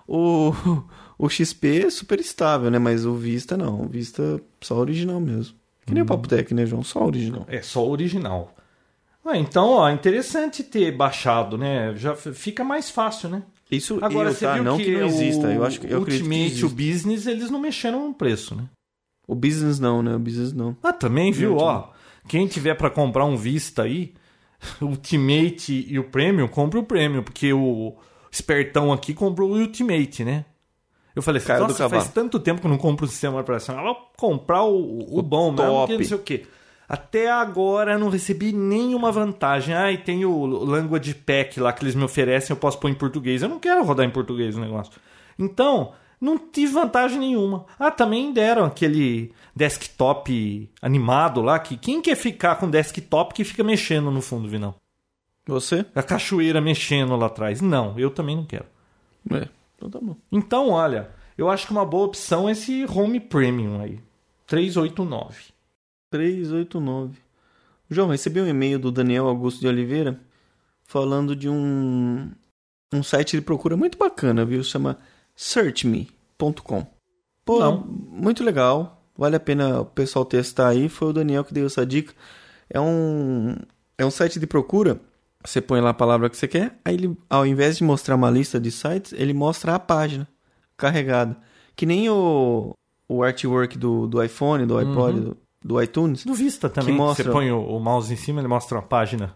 Speaker 2: O, o XP é super estável, né? Mas o Vista não. O Vista só original mesmo. Que
Speaker 1: Hum.
Speaker 2: nem o Papo Tech, né, João? Só original.
Speaker 1: É só o original. Ah, então, ó, interessante ter baixado, né? Já f- fica mais fácil, né?
Speaker 2: Isso
Speaker 1: Agora,
Speaker 2: eu,
Speaker 1: você
Speaker 2: tá?
Speaker 1: viu
Speaker 2: não
Speaker 1: que, é
Speaker 2: que, não
Speaker 1: o
Speaker 2: exista. Eu acho que eu acredito que
Speaker 1: Ultimate, o
Speaker 2: exista.
Speaker 1: Business, eles não mexeram no preço, né?
Speaker 2: O business não, né? O business não.
Speaker 1: Ah, também, viu?
Speaker 2: Ultimate.
Speaker 1: Ó, quem tiver pra comprar um Vista aí, o Ultimate e o Premium, compre o Premium, porque o espertão aqui comprou o Ultimate, né? Eu falei assim,
Speaker 2: Caiu do
Speaker 1: nossa, faz
Speaker 2: cavalo."
Speaker 1: tanto tempo que eu não compro um sistema operacional, eu vou comprar o, o,
Speaker 2: O
Speaker 1: bom mesmo,
Speaker 2: top.
Speaker 1: que não sei o quê. Até agora eu não recebi nenhuma vantagem. Ah, e tem o Language Pack lá que eles me oferecem, eu posso pôr em português. Eu não quero rodar em português o negócio. Então, não tive vantagem nenhuma. Ah, também deram aquele desktop animado lá, que quem quer ficar com desktop que fica mexendo no fundo, Vinão?
Speaker 2: Você?
Speaker 1: A cachoeira mexendo lá atrás. Não, eu também não quero.
Speaker 2: É. Então tá bom.
Speaker 1: Então, olha, eu acho que uma boa opção é esse Home Premium aí. 389.
Speaker 2: 389. João, recebi um e-mail do Daniel Augusto de Oliveira falando de um um site de procura muito bacana, viu? Chama searchme.com. Pô,
Speaker 1: Não.
Speaker 2: muito legal. Vale a pena o pessoal testar aí. Foi o Daniel que deu essa dica. É um é um site de procura. Você põe lá a palavra que você quer, aí ele, ao invés de mostrar uma lista de sites, ele mostra a página carregada. Que nem o, o artwork do, do iPhone, do iPod,
Speaker 1: Uhum.
Speaker 2: do, do iTunes.
Speaker 1: Do Vista também.
Speaker 2: Que
Speaker 1: Que
Speaker 2: mostra-
Speaker 1: Você põe o, o mouse em cima, ele mostra uma página.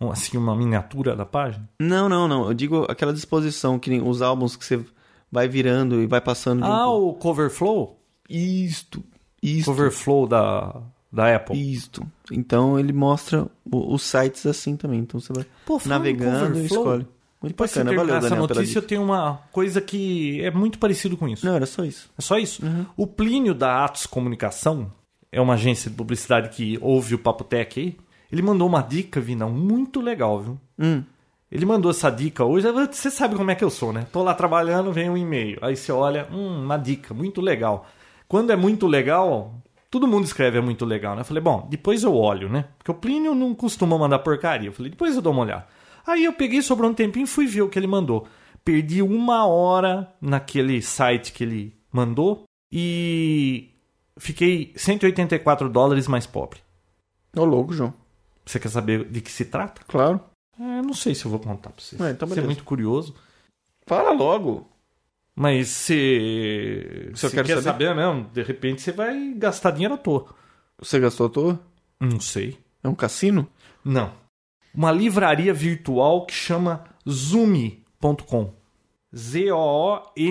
Speaker 1: um- assim, uma miniatura da página.
Speaker 2: Não, não, não. Eu digo aquela disposição que nem os álbuns que você vai virando e vai passando. de um
Speaker 1: Ah,
Speaker 2: pro-
Speaker 1: o Coverflow?
Speaker 2: Isto, isto.
Speaker 1: Coverflow da da Apple.
Speaker 2: Isto. Então ele mostra o- os sites assim também. Então você vai
Speaker 1: Pô, falando em
Speaker 2: navegando e
Speaker 1: Coverflow,
Speaker 2: escolhe. Muito
Speaker 1: Depois que você
Speaker 2: bacana.
Speaker 1: terminar
Speaker 2: Valeu,
Speaker 1: essa
Speaker 2: Daniel, pela
Speaker 1: notícia, eu
Speaker 2: dica.
Speaker 1: tenho uma coisa que é muito parecido com isso.
Speaker 2: Não, Uhum. era só isso.
Speaker 1: É só isso. O Plínio da Atos Comunicação, é uma agência de publicidade que ouve o Papo Tech aí, ele mandou uma dica, Vinão, muito legal, viu?
Speaker 2: Hum.
Speaker 1: Ele mandou essa dica hoje. Você sabe como é que eu sou, né? Tô lá trabalhando, vem um e-mail. Aí você olha, hum, uma dica, muito legal. Quando é muito legal, todo mundo escreve é muito legal, né? Eu falei, bom, depois eu olho, né? Porque o Plínio não costuma mandar porcaria. Eu falei, depois eu dou uma olhada. Aí eu peguei, sobrou um tempinho e fui ver o que ele mandou. Perdi uma hora naquele site que ele mandou e fiquei 184 dólares mais pobre.
Speaker 2: Ô, louco, João.
Speaker 1: Você quer saber de que se trata?
Speaker 2: Claro.
Speaker 1: É, não sei se eu vou contar pra vocês.
Speaker 2: É, então
Speaker 1: Você é
Speaker 2: beleza.
Speaker 1: muito curioso.
Speaker 2: Fala logo.
Speaker 1: Mas se
Speaker 2: Se eu
Speaker 1: se
Speaker 2: quero
Speaker 1: quer
Speaker 2: saber?
Speaker 1: saber? mesmo, de repente você vai gastar dinheiro à toa.
Speaker 2: Você gastou à toa?
Speaker 1: Não sei.
Speaker 2: É um cassino?
Speaker 1: Não. Uma livraria virtual que chama Zoomi.com.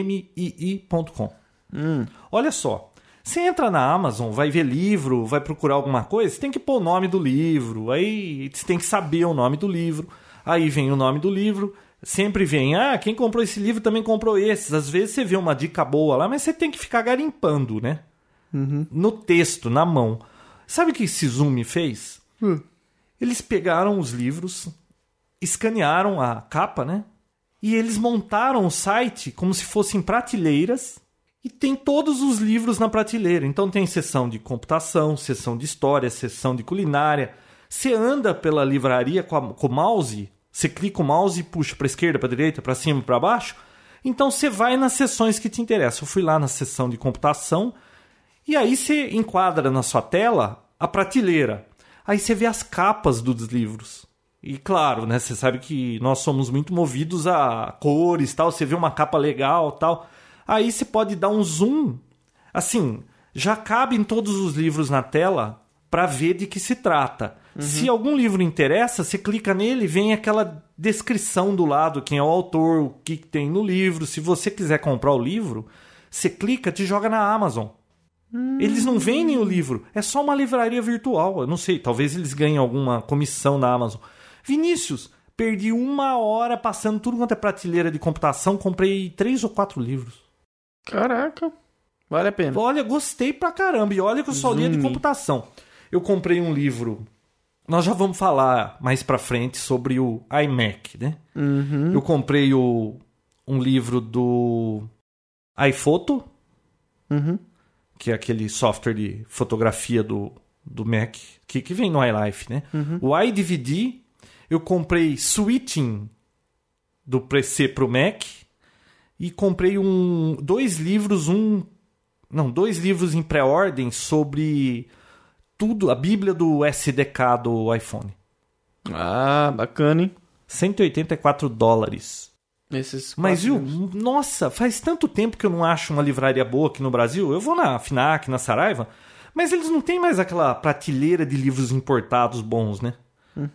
Speaker 1: Z-O-O-M-I-I.com.
Speaker 2: Hum.
Speaker 1: Olha só. Você entra na Amazon, vai ver livro, vai procurar alguma coisa, você tem que pôr o nome do livro, aí você tem que saber o nome do livro, aí vem o nome do livro, sempre vem, ah, quem comprou esse livro também comprou esses. Às vezes você vê uma dica boa lá, mas você tem que ficar garimpando, né? No texto, na mão. Sabe o que esse Zoom fez? Eles pegaram os livros, escanearam a capa, né? E eles montaram o site como se fossem prateleiras e tem todos os livros na prateleira. Então tem seção de computação, seção de história, seção de culinária. Você anda pela livraria com, a- com o mouse, você clica o mouse e puxa para esquerda, para direita, para cima, para baixo. Então você vai nas seções que te interessam. Eu fui lá na seção de computação e aí você enquadra na sua tela a prateleira. Aí você vê as capas dos livros. E claro, né? Você sabe que nós somos muito movidos a cores tal. Você vê uma capa legal tal. Aí você pode dar um zoom. Assim, já cabem todos os livros na tela para ver de que se trata. Se algum livro interessa, você clica nele e vem aquela descrição do lado, quem é o autor, o que que tem no livro. Se você quiser comprar o livro, você clica, te joga na Amazon. Eles não vendem o livro, é só uma livraria virtual. Eu não sei, talvez eles ganhem alguma comissão na Amazon. Vinícius, perdi uma hora passando tudo quanto é prateleira de computação, comprei três ou quatro livros.
Speaker 2: Caraca. Vale a pena.
Speaker 1: Olha, gostei pra caramba. E olha que eu só lia de
Speaker 2: Zumi.
Speaker 1: computação. Eu comprei um livro. Nós já vamos falar mais pra frente sobre o iMac, né?
Speaker 2: Uhum.
Speaker 1: Eu comprei o, um livro do iPhoto,
Speaker 2: Uhum.
Speaker 1: que é aquele software de fotografia do, do Mac, que, que vem no iLife, né?
Speaker 2: Uhum.
Speaker 1: O iDVD, eu comprei Switching do PC pro Mac e comprei um dois livros, um não, dois livros em pré-ordem sobre tudo, a Bíblia do SDK do iPhone.
Speaker 2: Ah, bacana, hein?
Speaker 1: 184 dólares.
Speaker 2: Esses
Speaker 1: Mas viu,
Speaker 2: quatro livros.
Speaker 1: nossa, faz tanto tempo que eu não acho uma livraria boa aqui no Brasil. Eu vou na Fnac, na Saraiva, mas eles não têm mais aquela prateleira de livros importados bons, né?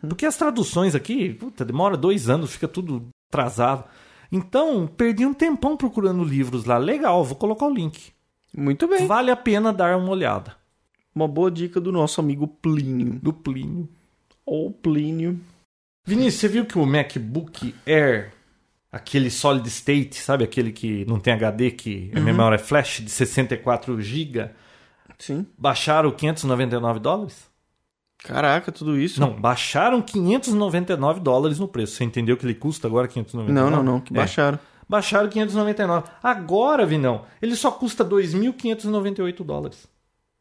Speaker 1: Porque as traduções aqui, puta, demora dois anos, fica tudo atrasado. Então, perdi um tempão procurando livros lá. Legal, vou colocar o link.
Speaker 2: Muito bem.
Speaker 1: Vale a pena dar uma olhada.
Speaker 2: Uma boa dica do nosso amigo Plínio.
Speaker 1: Do Plínio.
Speaker 2: Ou Plínio.
Speaker 1: Vinícius, você viu que o MacBook Air, aquele solid state, sabe aquele que não tem HD, que
Speaker 2: Uhum.
Speaker 1: é memória flash de 64 GB,
Speaker 2: Sim.
Speaker 1: baixaram 599 dólares?
Speaker 2: Caraca, tudo isso.
Speaker 1: Não, baixaram 599 dólares no preço. Você entendeu que ele custa agora 599?
Speaker 2: não, não. não, Que
Speaker 1: É,
Speaker 2: baixaram.
Speaker 1: baixaram 599. Agora, Vinão, ele só custa 2.598 dólares.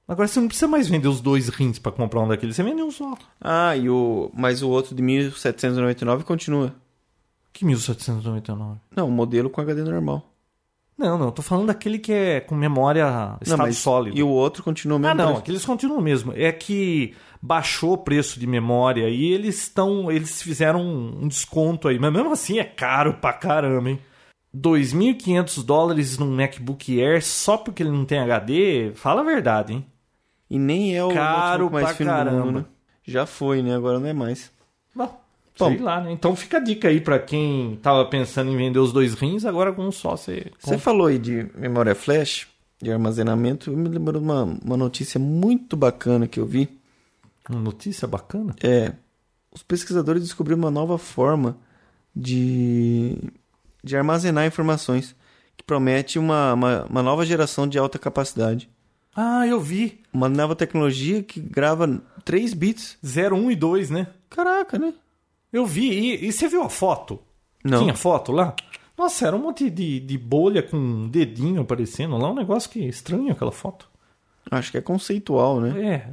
Speaker 1: Agora você não precisa mais vender os dois rins pra comprar um daqueles. Você vende um só.
Speaker 2: Ah, e o... mas o outro de 1799 continua.
Speaker 1: Que 1.799.
Speaker 2: Não, o modelo com HD normal.
Speaker 1: Não, não, eu tô falando daquele que é com memória estado
Speaker 2: não, mas...
Speaker 1: sólido.
Speaker 2: E o outro continua mesmo.
Speaker 1: Ah, não,
Speaker 2: preço.
Speaker 1: aqueles continuam mesmo. É que baixou o preço de memória e eles estão. Eles fizeram um um desconto aí. Mas mesmo assim é caro pra caramba, hein? 2.500 dólares num MacBook Air só porque ele não tem HD? Fala a verdade, hein?
Speaker 2: E nem é o
Speaker 1: Caro
Speaker 2: notebook mais
Speaker 1: pra
Speaker 2: fino do
Speaker 1: caramba.
Speaker 2: mundo, né? Já foi, né? Agora não é mais.
Speaker 1: Bom,
Speaker 2: Bom.
Speaker 1: sei lá, né? Então fica a dica aí pra quem tava pensando em vender os dois rins, agora com um só você.
Speaker 2: Você falou aí de memória flash. de armazenamento, eu me lembro de uma, uma notícia muito bacana que eu vi.
Speaker 1: Uma notícia bacana?
Speaker 2: É, os pesquisadores descobriram uma nova forma de, de armazenar informações que promete uma, uma, uma nova geração de alta capacidade.
Speaker 1: Ah, eu vi.
Speaker 2: Uma nova tecnologia que grava 3 bits.
Speaker 1: 0, 1 e 2, né?
Speaker 2: Caraca, né?
Speaker 1: Eu vi. E, e você viu a foto?
Speaker 2: Não.
Speaker 1: Tinha foto lá? Nossa, era um monte de, de bolha com um dedinho aparecendo lá. Um negócio que estranho aquela foto.
Speaker 2: Acho que é conceitual, né?
Speaker 1: É.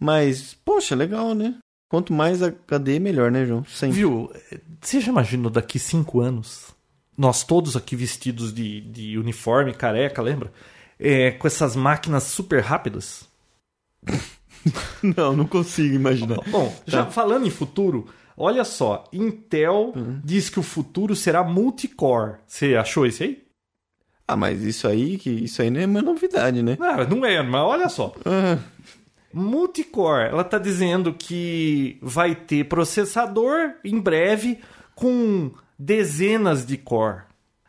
Speaker 2: Mas, poxa, legal, né? Quanto mais HD, melhor, né, João? Sempre.
Speaker 1: Viu? Você já imaginou daqui cinco anos? Nós todos aqui vestidos de, de uniforme, careca, lembra? É, com essas máquinas super rápidas.
Speaker 2: Não, não consigo imaginar.
Speaker 1: Bom, já
Speaker 2: Tá.
Speaker 1: falando em futuro, olha só. Intel
Speaker 2: Hum.
Speaker 1: diz que o futuro será multicore. Você achou isso aí?
Speaker 2: Ah, mas isso aí, que isso aí não é uma novidade, né?
Speaker 1: Não, não é, mas olha só.
Speaker 2: Ah,
Speaker 1: Multicore, ela tá dizendo que vai ter processador em breve com dezenas de core.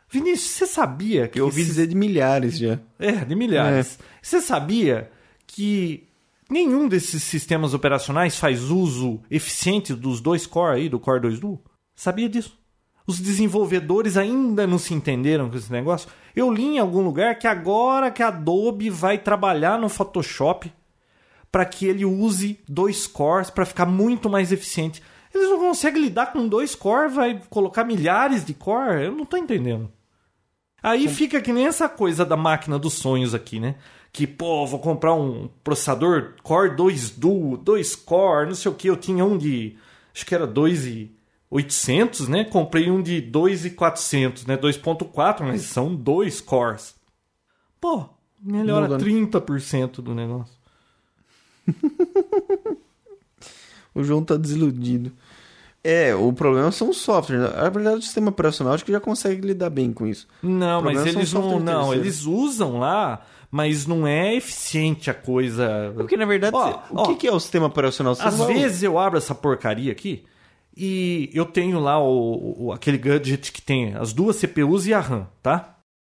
Speaker 1: Vinícius, você sabia que
Speaker 2: eu ouvi
Speaker 1: esses-
Speaker 2: dizer de milhares já.
Speaker 1: É, de milhares. Você sabia que nenhum desses sistemas operacionais faz uso eficiente dos dois core aí, do Core 2 Duo? Sabia disso? Os desenvolvedores ainda não se entenderam com esse negócio. Eu li em algum lugar que agora que a Adobe vai trabalhar no Photoshop para que ele use dois cores para ficar muito mais eficiente. Eles não conseguem lidar com dois cores, vai colocar milhares de core? Eu não tô entendendo. Aí fica que nem essa coisa da máquina dos sonhos aqui, né? Que, pô, vou comprar um processador Core 2 Duo, 2 Core, não sei o que. Eu tinha um de, acho que era 2,800, né? Comprei um de 2,400, né? 2,4, mas são dois cores. Pô, melhora
Speaker 2: Muda, né?
Speaker 1: 30% do negócio.
Speaker 2: O João tá desiludido. É, o problema são os softwares. né? Na verdade, o sistema operacional acho que já consegue lidar bem com isso.
Speaker 1: Não,
Speaker 2: O
Speaker 1: mas
Speaker 2: problema são
Speaker 1: eles
Speaker 2: os
Speaker 1: não,
Speaker 2: softwares
Speaker 1: não,
Speaker 2: terceiros.
Speaker 1: eles usam lá, mas não é eficiente a coisa.
Speaker 2: Porque, na verdade,
Speaker 1: Ó,
Speaker 2: você- o
Speaker 1: ó.
Speaker 2: que, que é o sistema operacional? Você
Speaker 1: Às
Speaker 2: não vai-
Speaker 1: vezes eu abro essa porcaria aqui e eu tenho lá o, o- aquele gadget que tem as duas CPUs e a RAM, tá?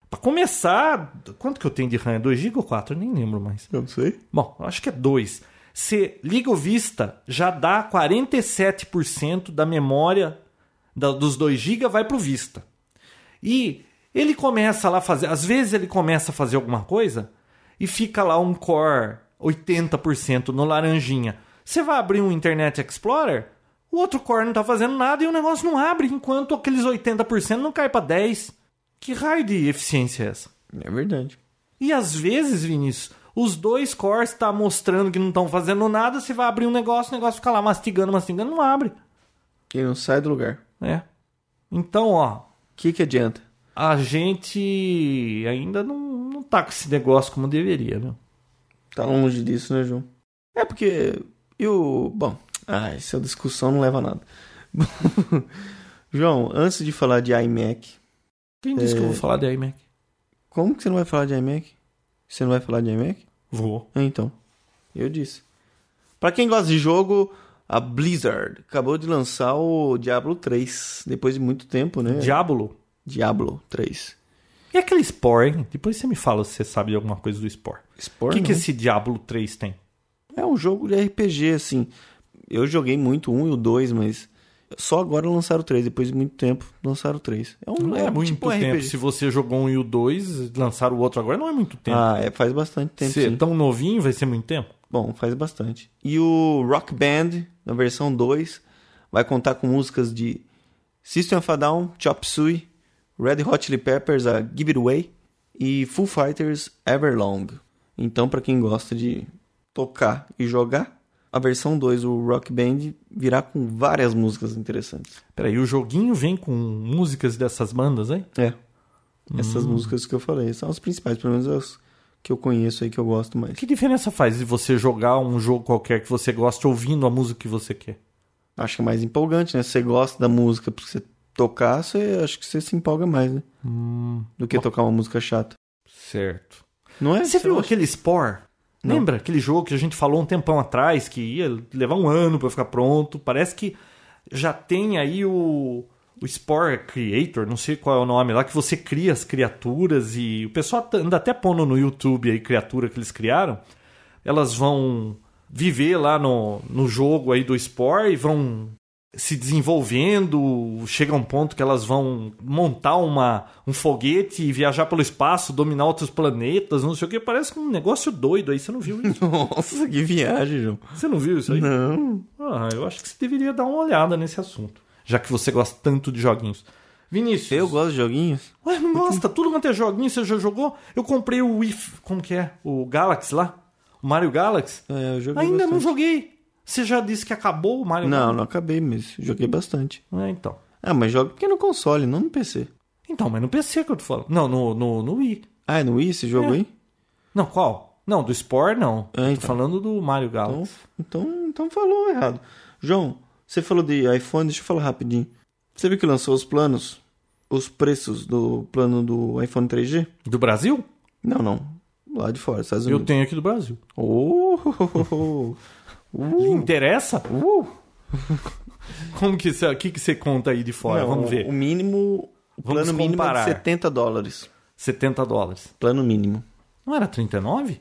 Speaker 1: Pra começar, quanto que eu tenho de RAM? É 2 GB ou 4? Eu nem lembro mais.
Speaker 2: Eu não sei.
Speaker 1: Bom, eu acho que é 2. Você liga o Vista, já dá 47% da memória da- dos 2 GB vai pro Vista. E ele começa lá a fazer, às vezes ele começa a fazer alguma coisa e fica lá um core 80% no laranjinha. Você vai abrir um Internet Explorer, o outro core não tá fazendo nada e o negócio não abre enquanto aqueles 80% não cai para 10. Que raio de eficiência é essa?
Speaker 2: É verdade.
Speaker 1: E às vezes, Vinícius, os dois cores tá mostrando que não estão fazendo nada, você vai abrir um negócio, o negócio fica lá mastigando, mastigando, não abre.
Speaker 2: Ele não sai do lugar.
Speaker 1: É. Então, ó,
Speaker 2: O que, que adianta?
Speaker 1: a gente ainda não, não tá com esse negócio como deveria, viu?
Speaker 2: Tá longe disso, né, João? É porque. E o. Bom. Ai, essa discussão não leva a nada. João, antes de falar de iMac,
Speaker 1: Quem disse que eu vou
Speaker 2: É.
Speaker 1: falar de iMac?
Speaker 2: como que você não vai falar de iMac? Você não vai falar de iMac?
Speaker 1: Vou.
Speaker 2: Ah, Então, eu disse. Pra quem gosta de jogo, a Blizzard acabou de lançar o Diablo 3. Depois de muito tempo, né?
Speaker 1: Diablo?
Speaker 2: Diablo 3.
Speaker 1: E aquele Spore, hein? Depois você me fala se você sabe de alguma coisa do Spore. O
Speaker 2: Spore,
Speaker 1: que, que
Speaker 2: não.
Speaker 1: esse Diablo 3 tem?
Speaker 2: É um jogo de RPG, assim. Eu joguei muito o 1 e o 2, mas só agora lançaram o 3. Depois de muito tempo, lançaram o 3. É um
Speaker 1: Não é, muito
Speaker 2: tipo um
Speaker 1: tempo.
Speaker 2: RPG.
Speaker 1: Se você jogou um e o 2, lançaram o outro agora, não é muito tempo.
Speaker 2: Ah, é, faz bastante tempo.
Speaker 1: Você é
Speaker 2: sim.
Speaker 1: tão novinho, vai ser muito tempo?
Speaker 2: Bom, faz bastante. E o Rock Band, na versão 2, vai contar com músicas de System of a Down, Chop Suey, Red Hot Chili Peppers, a Give It Away e Foo Fighters Everlong. Então, pra quem gosta de tocar e jogar, a versão 2, o Rock Band, virá com várias músicas interessantes.
Speaker 1: Peraí, o joguinho vem com músicas dessas bandas, hein?
Speaker 2: É. Essas músicas que eu falei são as principais, pelo menos as que eu conheço aí que eu gosto mais.
Speaker 1: Que diferença faz de você jogar um jogo qualquer que você gosta ouvindo a música que você quer?
Speaker 2: Acho que é mais empolgante, né? Se você gosta da música porque você tocar, você acho que você se empolga mais, né?
Speaker 1: Hum.
Speaker 2: Do que tocar uma música chata.
Speaker 1: Certo.
Speaker 2: Não é?
Speaker 1: Você
Speaker 2: não
Speaker 1: viu
Speaker 2: acha?
Speaker 1: aquele Spore?
Speaker 2: Não.
Speaker 1: Lembra aquele jogo que a gente falou um tempão atrás que ia levar um ano pra ficar pronto? Parece que já tem aí o, o Spore Creator, não sei qual é o nome lá, que você cria as criaturas e o pessoal tá- anda até pondo no YouTube aí criatura que eles criaram. Elas vão viver lá no, no jogo aí do Spore e vão se desenvolvendo, chega um ponto que elas vão montar uma, um foguete e viajar pelo espaço, dominar outros planetas, não sei o que, parece um negócio doido aí, você não viu isso?
Speaker 2: Nossa, que viagem, João.
Speaker 1: Você não viu isso aí?
Speaker 2: Não.
Speaker 1: Ah, eu acho que você deveria dar uma olhada nesse assunto, já que você gosta tanto de joguinhos. Vinícius.
Speaker 2: Eu gosto de joguinhos.
Speaker 1: Ué, não gosta? Tudo quanto é joguinho, você já jogou? Eu comprei o Wii, como que é? O Galaxy lá? O Mario Galaxy?
Speaker 2: É, eu joguei
Speaker 1: Ainda não
Speaker 2: bastante.
Speaker 1: joguei. Você já disse que acabou o Mario
Speaker 2: Não, não acabei, mas joguei bastante.
Speaker 1: Galaxy? É, então.
Speaker 2: Ah, mas joga porque é no console, não no PC.
Speaker 1: Então, mas no PC que eu tô falando. Não, no, no, no Wii.
Speaker 2: Ah, é no Wii esse jogo
Speaker 1: É.
Speaker 2: aí?
Speaker 1: Não, qual? Não, do Spore, não.
Speaker 2: É,
Speaker 1: Tô
Speaker 2: então.
Speaker 1: falando do Mario
Speaker 2: Então,
Speaker 1: Galaxy.
Speaker 2: então, então falou errado. João, você falou de iPhone, deixa eu falar rapidinho. Você viu que lançou os planos? Os preços do plano do iPhone 3G?
Speaker 1: Do Brasil?
Speaker 2: Não, não. Lá de fora, Estados
Speaker 1: Eu
Speaker 2: Unidos.
Speaker 1: tenho aqui do Brasil.
Speaker 2: Oh,
Speaker 1: Lhe interessa?
Speaker 2: uh.
Speaker 1: Como que você... O que, que você conta aí de fora?
Speaker 2: Não,
Speaker 1: Vamos ver.
Speaker 2: O mínimo, o
Speaker 1: Vamos
Speaker 2: plano mínimo é de
Speaker 1: comparar.
Speaker 2: 70 dólares.
Speaker 1: 70 dólares.
Speaker 2: Plano mínimo.
Speaker 1: Não era 39?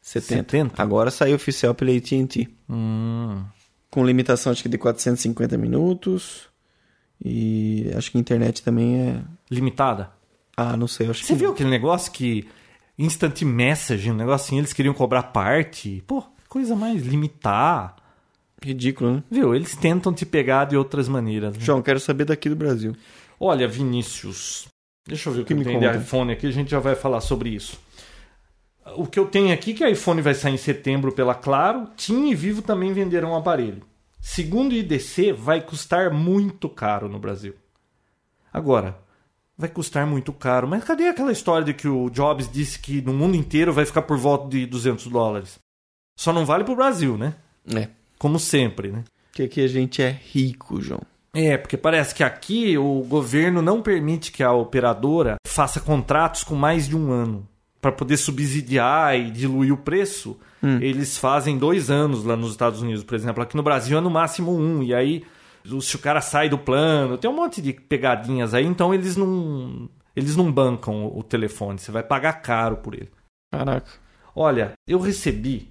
Speaker 2: 70.
Speaker 1: 70?
Speaker 2: Agora saiu oficial pela AT&T.
Speaker 1: Hum.
Speaker 2: Com limitação acho que de 450 minutos. E acho que a internet também é...
Speaker 1: Limitada?
Speaker 2: Ah, não sei, acho
Speaker 1: Você
Speaker 2: que...
Speaker 1: viu aquele negócio que instant message, um negócio assim, eles queriam cobrar parte? Pô, coisa mais limitar.
Speaker 2: Ridículo, né?
Speaker 1: Viu? Eles tentam te pegar de outras maneiras. né?
Speaker 2: João, quero saber daqui do Brasil.
Speaker 1: Olha, Vinícius, deixa eu ver o que,
Speaker 2: Que
Speaker 1: eu
Speaker 2: me
Speaker 1: tenho de
Speaker 2: conta?
Speaker 1: iPhone aqui, a gente já vai falar sobre isso. O que eu tenho aqui é que a iPhone vai sair em setembro pela Claro, TIM e Vivo também venderão o aparelho. Segundo o IDC, vai custar muito caro no Brasil. Agora, vai custar muito caro, mas cadê aquela história de que o Jobs disse que no mundo inteiro vai ficar por volta de 200 dólares? Só não vale pro Brasil, né?
Speaker 2: É.
Speaker 1: Como sempre, né?
Speaker 2: Porque aqui a gente é rico, João.
Speaker 1: É, porque parece que aqui o governo não permite que a operadora faça contratos com mais de um ano. Para poder subsidiar e diluir o preço, eles fazem dois anos lá nos Estados Unidos, por exemplo. Aqui no Brasil é no máximo um. E aí, se o cara sai do plano, tem um monte de pegadinhas aí, então eles não, eles não bancam o telefone. Você vai pagar caro por ele.
Speaker 2: Caraca.
Speaker 1: Olha, eu recebi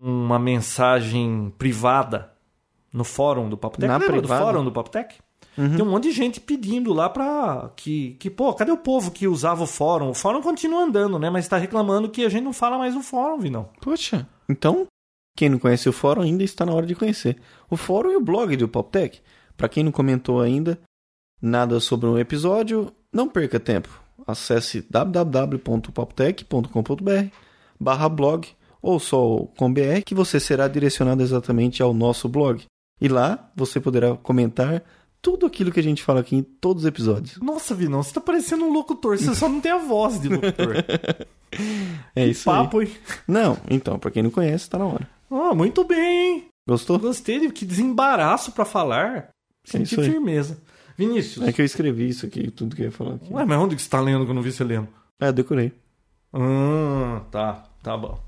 Speaker 1: uma mensagem privada no fórum do Papotec.
Speaker 2: Na
Speaker 1: Lembra
Speaker 2: privada? Uhum.
Speaker 1: do fórum do Papotec? Tem um monte de gente pedindo lá pra. Que, que, pô, cadê o povo que usava o fórum? O fórum continua andando, né? Mas tá reclamando que a gente não fala mais o fórum, Vinão.
Speaker 2: Poxa, então, quem não conhece o fórum ainda está na hora de conhecer. O fórum e o blog do Poptech. Para quem não comentou ainda nada sobre um episódio, não perca tempo. Acesse www.poptech.com.br barra blog ou só o com BR que você será direcionado exatamente ao nosso blog. E lá você poderá comentar tudo aquilo que a gente fala aqui em todos os episódios.
Speaker 1: Nossa, Vinão, você tá parecendo um locutor, você só não tem a voz de locutor.
Speaker 2: É
Speaker 1: que
Speaker 2: isso
Speaker 1: papo, hein?
Speaker 2: aí. Não, então, para quem não conhece, está na hora.
Speaker 1: Ah, muito bem, hein?
Speaker 2: Gostou?
Speaker 1: Gostei, de- que desembaraço pra falar. Senti
Speaker 2: É isso aí.
Speaker 1: firmeza. Vinícius.
Speaker 2: É que eu escrevi isso aqui, tudo que eu ia falar aqui.
Speaker 1: Ué, mas onde que você tá lendo que eu não vi você lendo?
Speaker 2: É, decorei.
Speaker 1: Ah, tá, tá bom.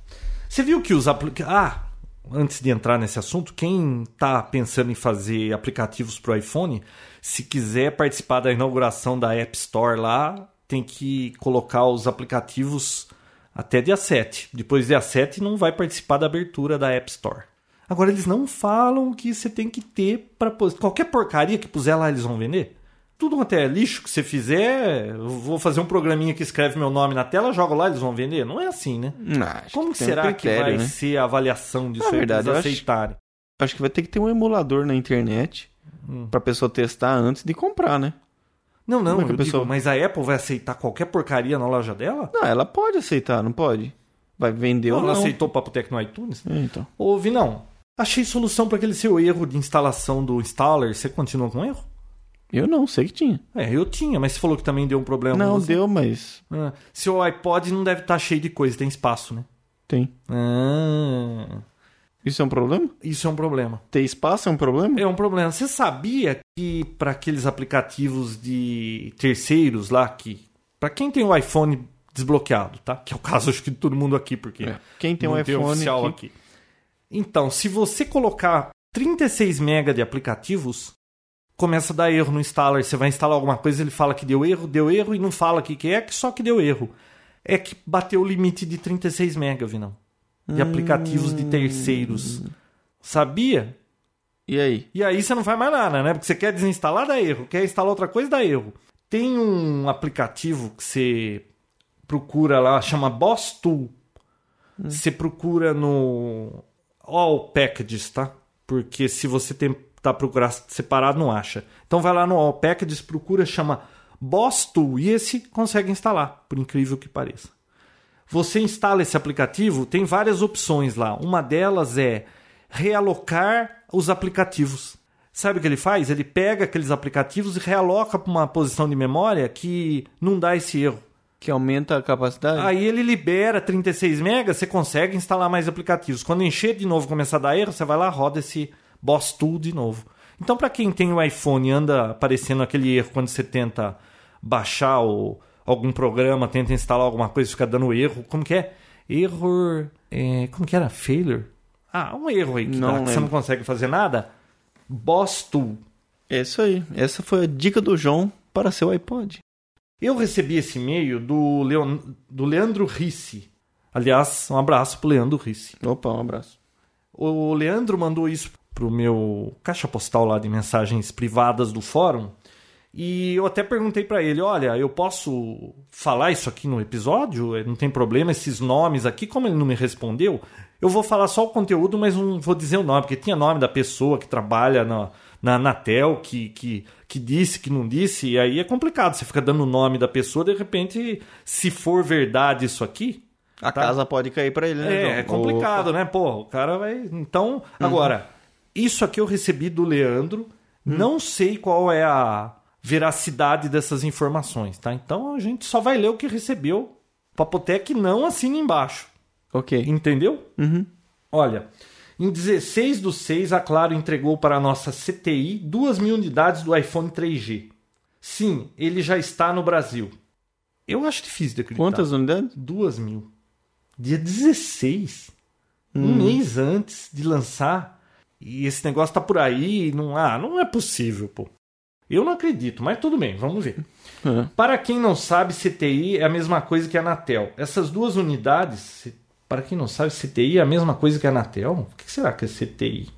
Speaker 1: Você viu que os aplicativos. Ah, antes de entrar nesse assunto, quem tá pensando em fazer aplicativos pro iPhone, se quiser participar da inauguração da App Store lá, tem que colocar os aplicativos até dia 7. Depois dia 7 não vai participar da abertura da App Store. Agora eles não falam o que você tem que ter para qualquer porcaria que puser lá eles vão vender. Tudo quanto é lixo que você fizer, eu vou fazer um programinha que escreve meu nome na tela, jogo lá, eles vão vender. Não é assim, né?
Speaker 2: Ah,
Speaker 1: Como que será que vai
Speaker 2: um né?
Speaker 1: ser a avaliação disso? aí
Speaker 2: Na
Speaker 1: pra
Speaker 2: verdade,
Speaker 1: eles
Speaker 2: eu acho-
Speaker 1: aceitarem.
Speaker 2: Acho que vai ter que ter um emulador na internet
Speaker 1: Hum.
Speaker 2: pra pessoa testar antes de comprar, né?
Speaker 1: Não, não,
Speaker 2: Como é que
Speaker 1: eu
Speaker 2: a pessoa-
Speaker 1: digo, mas a Apple vai aceitar qualquer porcaria na loja dela?
Speaker 2: Não, ela pode aceitar, não pode? Vai vender ou
Speaker 1: ela
Speaker 2: não.
Speaker 1: aceitou o Papo Tech no iTunes?
Speaker 2: É, então.
Speaker 1: Ô, Vinão, achei solução para aquele seu erro de instalação do installer. Você continua com erro?
Speaker 2: Eu não, sei que tinha.
Speaker 1: É, eu tinha, mas você falou que também deu um problema.
Speaker 2: não,
Speaker 1: com você.
Speaker 2: deu, mas
Speaker 1: Ah, seu iPod não deve estar cheio de coisa, tem espaço, né?
Speaker 2: tem.
Speaker 1: Ah,
Speaker 2: Isso é um problema?
Speaker 1: isso é um problema.
Speaker 2: Ter espaço é um problema?
Speaker 1: É um problema. Você sabia que para aqueles aplicativos de terceiros lá que para quem tem o iPhone desbloqueado, tá? Que é o caso acho que de todo mundo aqui, porque
Speaker 2: É. Quem tem
Speaker 1: não
Speaker 2: um
Speaker 1: tem
Speaker 2: iPhone
Speaker 1: oficial
Speaker 2: aqui-
Speaker 1: aqui. Então, se você colocar 36 mega de aplicativos, começa a dar erro no installer. Você vai instalar alguma coisa, ele fala que deu erro, deu erro e não fala o que, que é, que só que deu erro. É que bateu o limite de 36 mega, Vinão. De aplicativos de
Speaker 2: Hum.
Speaker 1: terceiros. Sabia?
Speaker 2: E aí?
Speaker 1: E aí você não faz mais nada, né? Porque você quer desinstalar, dá erro. Quer instalar outra coisa, dá erro. Tem um aplicativo que você procura lá, chama Boss Tool. Você procura no All Packages, tá? Porque se você tentar procurar separado, não acha. Então vai lá no All Packages, procura, chama Boss Tool. E esse consegue instalar, por incrível que pareça. Você instala esse aplicativo, tem várias opções lá. Uma delas é realocar os aplicativos. Sabe o que ele faz? Ele pega aqueles aplicativos e realoca para uma posição de memória que não dá esse erro.
Speaker 2: Que aumenta a capacidade?
Speaker 1: Aí ele libera 36 megas, você consegue instalar mais aplicativos. Quando encher de novo, começar a dar erro, você vai lá, roda esse Boss Tool de novo. Então, para quem tem o iPhone e anda aparecendo aquele erro quando você tenta baixar o, algum programa, tenta instalar alguma coisa, fica dando erro, como que é? Error, é, como que era? Failure? Ah, um erro aí que,
Speaker 2: Não
Speaker 1: dá, que você
Speaker 2: lembro.
Speaker 1: não consegue fazer nada. Boss Tool.
Speaker 2: É isso aí. Essa foi a dica do João para seu iPod.
Speaker 1: Eu recebi esse e-mail do, Leon... do Leandro Risse. Aliás, um abraço pro Leandro Risse.
Speaker 2: Opa, um abraço.
Speaker 1: O Leandro mandou isso pro meu caixa postal lá de mensagens privadas do fórum. E eu até perguntei pra ele, olha, eu posso falar isso aqui no episódio? Eh, Não tem problema esses nomes aqui, como ele não me respondeu, eu vou falar só o conteúdo, mas não vou dizer o nome, porque tinha nome da pessoa que trabalha na, na Anatel, que, que, que disse, que não disse, e aí é complicado, você fica dando o nome da pessoa, de repente, se for verdade isso aqui,
Speaker 2: A
Speaker 1: Tá.
Speaker 2: casa pode cair para ele, né, João?
Speaker 1: é, é complicado, né? Pô, o cara vai. Então, agora, isso aqui eu recebi do Leandro. Não sei qual é a veracidade dessas informações, tá? Então a gente só vai ler o que recebeu. Papotec não assina embaixo.
Speaker 2: Opa.
Speaker 1: Então,
Speaker 2: Ok.
Speaker 1: Entendeu?
Speaker 2: Uhum.
Speaker 1: Olha, em 16 do 6, a Claro entregou para a nossa CTI 2 mil unidades do iPhone 3G. Sim, ele já está no Brasil. Eu acho difícil de acreditar.
Speaker 2: Quantas unidades?
Speaker 1: Duas mil. Dia 16. Um mês antes de lançar. E esse negócio tá por aí. Não, ah, não é possível, pô. Eu não acredito, mas tudo bem, vamos ver.
Speaker 2: É.
Speaker 1: Para quem não sabe, CTI é a mesma coisa que a Anatel. Essas duas unidades, se- para quem não sabe, CTI é a mesma coisa que a Anatel? O que será que é CTI?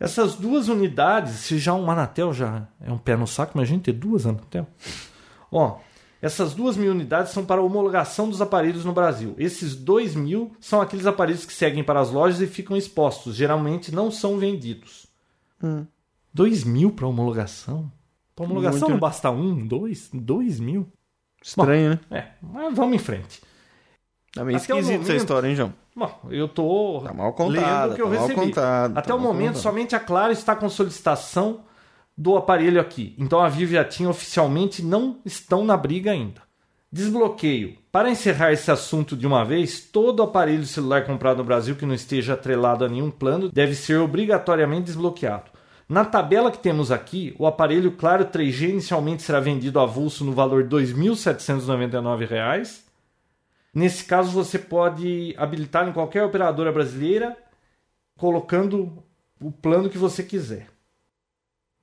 Speaker 1: Essas duas unidades, se já uma Anatel já é um pé no saco, imagina ter duas Anatel. Ó, essas duas mil unidades são para homologação dos aparelhos no Brasil. Esses dois mil são aqueles aparelhos que seguem para as lojas e ficam expostos. Geralmente não são vendidos.
Speaker 2: Hum.
Speaker 1: Dois mil para homologação? Para homologação
Speaker 2: Muito,
Speaker 1: não
Speaker 2: né?
Speaker 1: basta um, dois, dois mil?
Speaker 2: Estranho, né?
Speaker 1: É, mas vamos em frente.
Speaker 2: Tá meio
Speaker 1: Até é o
Speaker 2: esquisito essa
Speaker 1: momento-
Speaker 2: história, hein, João?
Speaker 1: Bom, eu tô
Speaker 2: Tá mal
Speaker 1: lendo
Speaker 2: contada,
Speaker 1: o que eu
Speaker 2: tá mal
Speaker 1: recebi.
Speaker 2: contada,
Speaker 1: Até
Speaker 2: tá
Speaker 1: o
Speaker 2: mal
Speaker 1: momento,
Speaker 2: contada.
Speaker 1: somente a Claro está com solicitação do aparelho aqui. Então a Vivo e a TIM oficialmente não estão na briga ainda. Desbloqueio. Para encerrar esse assunto de uma vez, todo aparelho celular comprado no Brasil que não esteja atrelado a nenhum plano deve ser obrigatoriamente desbloqueado. Na tabela que temos aqui, o aparelho Claro 3G inicialmente será vendido avulso no valor R$ 2.799. Nesse caso, você pode habilitar em qualquer operadora brasileira, colocando o plano que você quiser.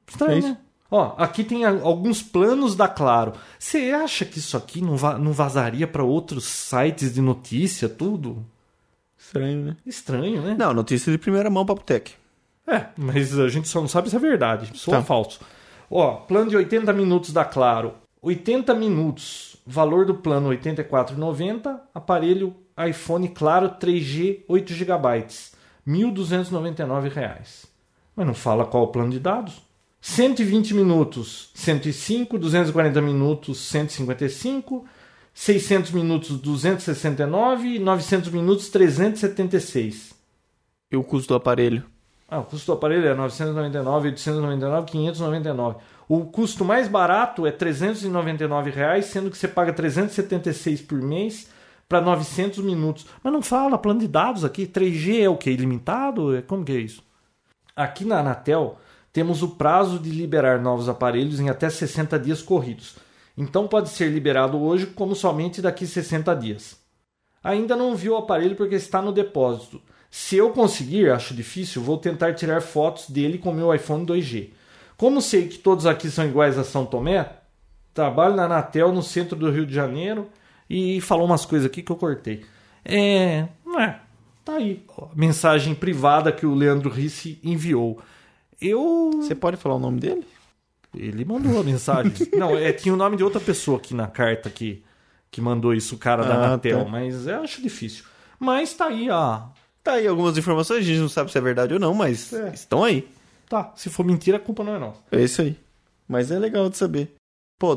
Speaker 2: É
Speaker 1: Estranho,
Speaker 2: isso.
Speaker 1: né? Ó, aqui tem a- alguns planos da Claro. Você acha que isso aqui não, va- não vazaria para outros sites de notícia, tudo?
Speaker 2: Estranho, né?
Speaker 1: Estranho, né?
Speaker 2: Não, notícia de primeira mão, Papotec.
Speaker 1: É, mas a gente só não sabe se é verdade. Sou
Speaker 2: Tá.
Speaker 1: falso. Ó, plano de 80 minutos da Claro. 80 minutos. Valor do plano R$ 84,90. Aparelho iPhone Claro 3G 8 GB. R$ 1.299. Mas não fala qual o plano de dados. 120 minutos, 105, 240 minutos, 155, 600 minutos, 269 e 900 minutos, 376.
Speaker 2: E o custo do aparelho?
Speaker 1: Ah, o custo do aparelho é 999, 899, 599. O custo mais barato é R$ 399, reais, sendo que você paga 376 por mês para 900 minutos. Mas não fala plano de dados aqui. 3G é o quê? Ilimitado? É- Como que é isso? Aqui na Anatel temos o prazo de liberar novos aparelhos em até 60 dias corridos. Então pode ser liberado hoje como somente daqui 60 dias. Ainda não vi o aparelho porque está no depósito. Se eu conseguir, acho difícil, vou tentar tirar fotos dele com meu iPhone 2G. Como sei que todos aqui são iguais a São Tomé, trabalho na Anatel, no centro do Rio de Janeiro, e falou umas coisas aqui que eu cortei. É. é tá aí. ó, Mensagem privada que o Leandro Risse enviou. Eu.
Speaker 2: Você pode falar o nome dele?
Speaker 1: Ele mandou a mensagem. Não, é, tinha o nome de outra pessoa aqui na carta que, que mandou isso, o cara da
Speaker 2: Ah,
Speaker 1: Anatel,
Speaker 2: tá.
Speaker 1: mas eu acho difícil. Mas tá aí, ah.
Speaker 2: Tá aí algumas informações, a gente não sabe se é verdade ou não, mas
Speaker 1: É.
Speaker 2: estão aí.
Speaker 1: Tá, se for mentira, a culpa não é nossa.
Speaker 2: É isso aí. Mas é legal de saber. Pô,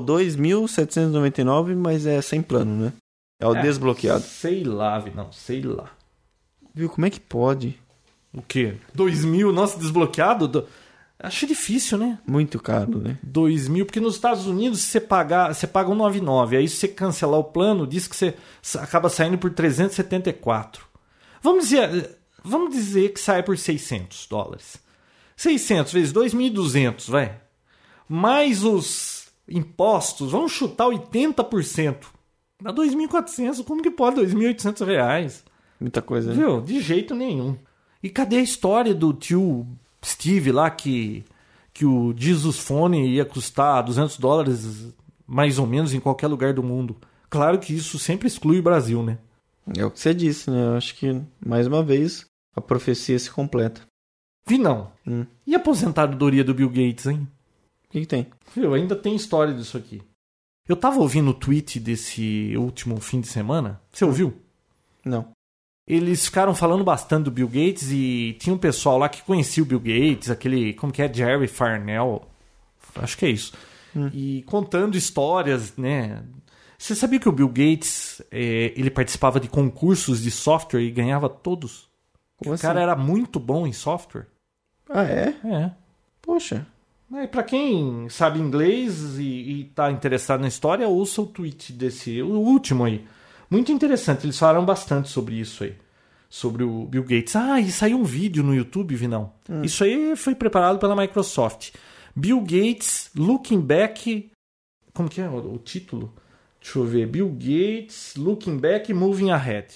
Speaker 2: 2.799, mas é sem plano, né? É o
Speaker 1: É.
Speaker 2: desbloqueado.
Speaker 1: Sei lá, Vi- não, sei lá.
Speaker 2: Viu, como é que pode?
Speaker 1: O quê? 2000, nossa, desbloqueado? Do... Acho difícil, né?
Speaker 2: Muito caro, né?
Speaker 1: 2000, porque nos Estados Unidos se você pagar, você paga um 99, aí se você cancelar o plano, diz que você sa- acaba saindo por 374. Vamos dizer, eh, vamos dizer que sai por 600 dólares. 600 vezes 2.200, vai. Mais os impostos, vamos chutar 80%. Dá 2.400, como que pode 2.800 reais?
Speaker 2: Muita coisa, né?
Speaker 1: Viu? De jeito nenhum. E cadê a história do tio Steve lá que, que o Jesus Fone ia custar 200 dólares mais ou menos em qualquer lugar do mundo? Claro que isso sempre exclui o Brasil, né?
Speaker 2: É o que você disse, né? Eu acho que, mais uma vez, a profecia se completa.
Speaker 1: Vi não.
Speaker 2: Hum.
Speaker 1: E a aposentadoria do Bill Gates, hein?
Speaker 2: O que, que tem?
Speaker 1: Viu? Ainda tem história disso aqui. Eu tava ouvindo o tweet desse último fim de semana. Você ouviu?
Speaker 2: Não.
Speaker 1: Eles ficaram falando bastante do Bill Gates e tinha um pessoal lá que conhecia o Bill Gates, aquele, como que é, Jerry Farnell, acho que é isso.
Speaker 2: Hum.
Speaker 1: E contando histórias, né? Você sabia que o Bill Gates, eh, ele participava de concursos de software e ganhava todos?
Speaker 2: Como
Speaker 1: O cara era muito bom em software.
Speaker 2: Ah, é?
Speaker 1: É.
Speaker 2: Poxa.
Speaker 1: É, para quem sabe inglês e, e tá interessado na história, ouça o tweet desse, o último aí. Muito interessante, eles falaram bastante sobre isso aí. Sobre o Bill Gates. Ah, e saiu um vídeo no YouTube, Vinão. Isso aí foi preparado pela Microsoft. Bill Gates Looking Back. Como que é o, o título? Deixa eu ver. Bill Gates Looking Back Moving Ahead.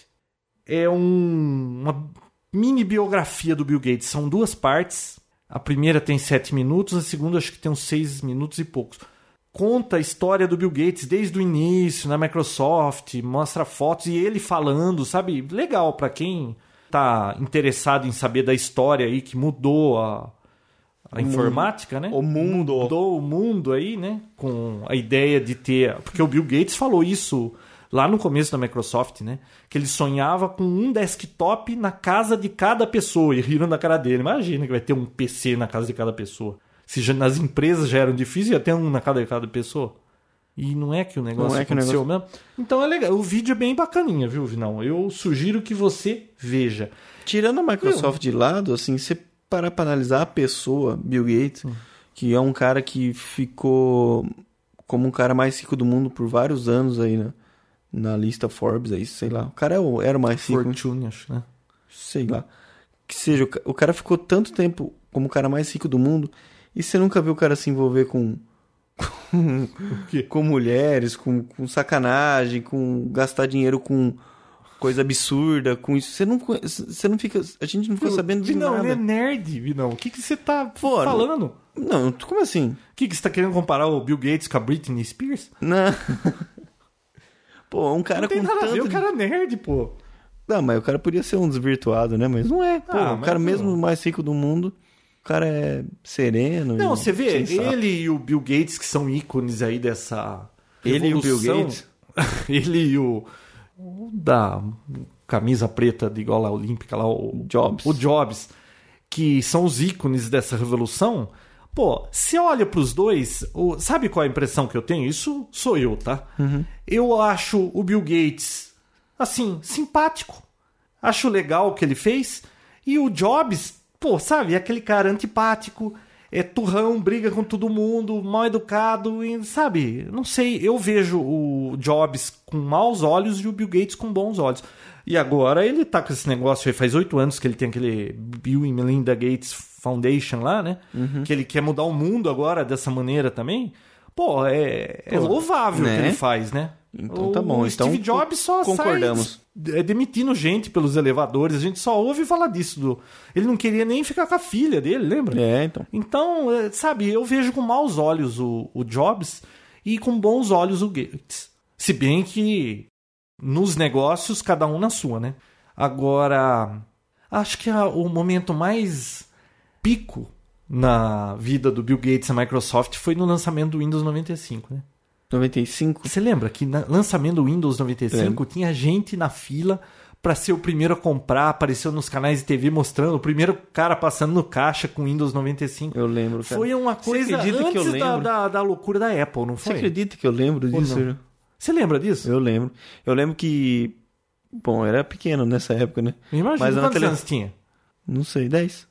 Speaker 1: É um- uma mini biografia do Bill Gates. São duas partes. A primeira tem sete minutos, a segunda acho que tem uns seis minutos e poucos. Conta a história do Bill Gates desde o início na Microsoft, mostra fotos e ele falando, sabe? Legal pra quem tá interessado em saber da história aí que mudou a, a informática, né?
Speaker 2: O mundo.
Speaker 1: Mudou o mundo aí, né? Com a ideia de ter. Porque o Bill Gates falou isso lá no começo da Microsoft, né? Que ele sonhava com um desktop na casa de cada pessoa e riram da cara dele. Imagina que vai ter um PC na casa de cada pessoa. Se já, nas empresas já eram difíceis, ia ter um na casa de cada pessoa. E não é que o negócio
Speaker 2: é que o
Speaker 1: aconteceu mesmo. Então é legal. O vídeo é bem bacaninha, viu, Vinão? Eu sugiro que você veja.
Speaker 2: Tirando a Microsoft de lado, assim, você parar pra analisar a pessoa, Bill Gates, que é um cara que ficou como um cara mais rico do mundo por vários anos aí, né? Na lista Forbes, aí, sei lá. O cara é o- era o mais rico,
Speaker 1: Fortune, acho, né?
Speaker 2: sei lá. Que seja, o ca- o cara ficou tanto tempo como o cara mais rico do mundo e você nunca viu o cara se envolver com. com,
Speaker 1: quê?
Speaker 2: com mulheres, com, com sacanagem, com gastar dinheiro com coisa absurda, com isso. Você não, conhe- você não fica. A gente não ficou sabendo de
Speaker 1: Vinão,
Speaker 2: nada.
Speaker 1: ele é nerd, Vinão. O que, que você tá
Speaker 2: Fora.
Speaker 1: falando?
Speaker 2: Não, tu- como assim?
Speaker 1: O que, que você tá querendo comparar o Bill Gates com a Britney Spears?
Speaker 2: Não. Pô, um cara
Speaker 1: não tem
Speaker 2: com
Speaker 1: nada
Speaker 2: tanto.
Speaker 1: a ver, o cara é nerd, pô.
Speaker 2: Não, mas o cara podia ser um desvirtuado, né? Mas não é. Pô,
Speaker 1: Ah,
Speaker 2: o
Speaker 1: mas
Speaker 2: cara
Speaker 1: não.
Speaker 2: mesmo mais rico do mundo, o cara é sereno.
Speaker 1: Não,
Speaker 2: e
Speaker 1: você vê,
Speaker 2: sensato.
Speaker 1: ele e o Bill Gates, que são ícones aí dessa.
Speaker 2: Ele e o Bill
Speaker 1: revolução.
Speaker 2: Gates?
Speaker 1: ele e o. O da camisa preta de gola olímpica lá, o
Speaker 2: Jobs.
Speaker 1: O Jobs, que são os ícones dessa revolução. Pô, você olha pros dois, o- sabe qual é a impressão que eu tenho? Isso sou eu, tá?
Speaker 2: Uhum.
Speaker 1: Eu acho o Bill Gates, assim, simpático. Acho legal o que ele fez. E o Jobs, pô, sabe, é aquele cara antipático, é turrão, briga com todo mundo, mal educado, e, sabe? Não sei, eu vejo o Jobs com maus olhos e o Bill Gates com bons olhos. E agora ele tá com esse negócio aí, faz oito anos que ele tem aquele Bill e Melinda Gates Foundation lá, né?
Speaker 2: Uhum.
Speaker 1: Que ele quer mudar o mundo agora dessa maneira também. Pô, é, é louvável o que
Speaker 2: né?
Speaker 1: ele faz, né?
Speaker 2: Então tá bom.
Speaker 1: O
Speaker 2: então
Speaker 1: Steve Jobs só
Speaker 2: concordamos.
Speaker 1: sai é, demitindo gente pelos elevadores. A gente só ouve falar disso. do- Ele não queria nem ficar com a filha dele, lembra?
Speaker 2: É, então.
Speaker 1: Então, é, sabe, eu vejo com maus olhos o, o Jobs e com bons olhos o Gates. Se bem que nos negócios, cada um na sua, né? Agora, acho que a- o momento mais pico na vida do Bill Gates e Microsoft foi no lançamento do Windows 95, né?
Speaker 2: 95.
Speaker 1: Você lembra que no lançamento do Windows 95
Speaker 2: Lembro.
Speaker 1: tinha gente na fila pra ser o primeiro a comprar, apareceu nos canais de TV mostrando, o primeiro cara passando no caixa com Windows 95.
Speaker 2: Eu lembro, cara.
Speaker 1: Foi uma
Speaker 2: Você
Speaker 1: coisa
Speaker 2: acredita
Speaker 1: antes
Speaker 2: que eu
Speaker 1: da,
Speaker 2: lembro?
Speaker 1: da, da loucura da Apple, não
Speaker 2: Você
Speaker 1: foi?
Speaker 2: acredita que eu lembro
Speaker 1: Ou
Speaker 2: disso?
Speaker 1: não?
Speaker 2: Ju?
Speaker 1: Você lembra disso?
Speaker 2: Eu lembro. Eu lembro que. Bom, eu era pequeno nessa época, né?
Speaker 1: Imagina
Speaker 2: Mas na
Speaker 1: quantos
Speaker 2: tele-
Speaker 1: anos tinha.
Speaker 2: Não sei, 10.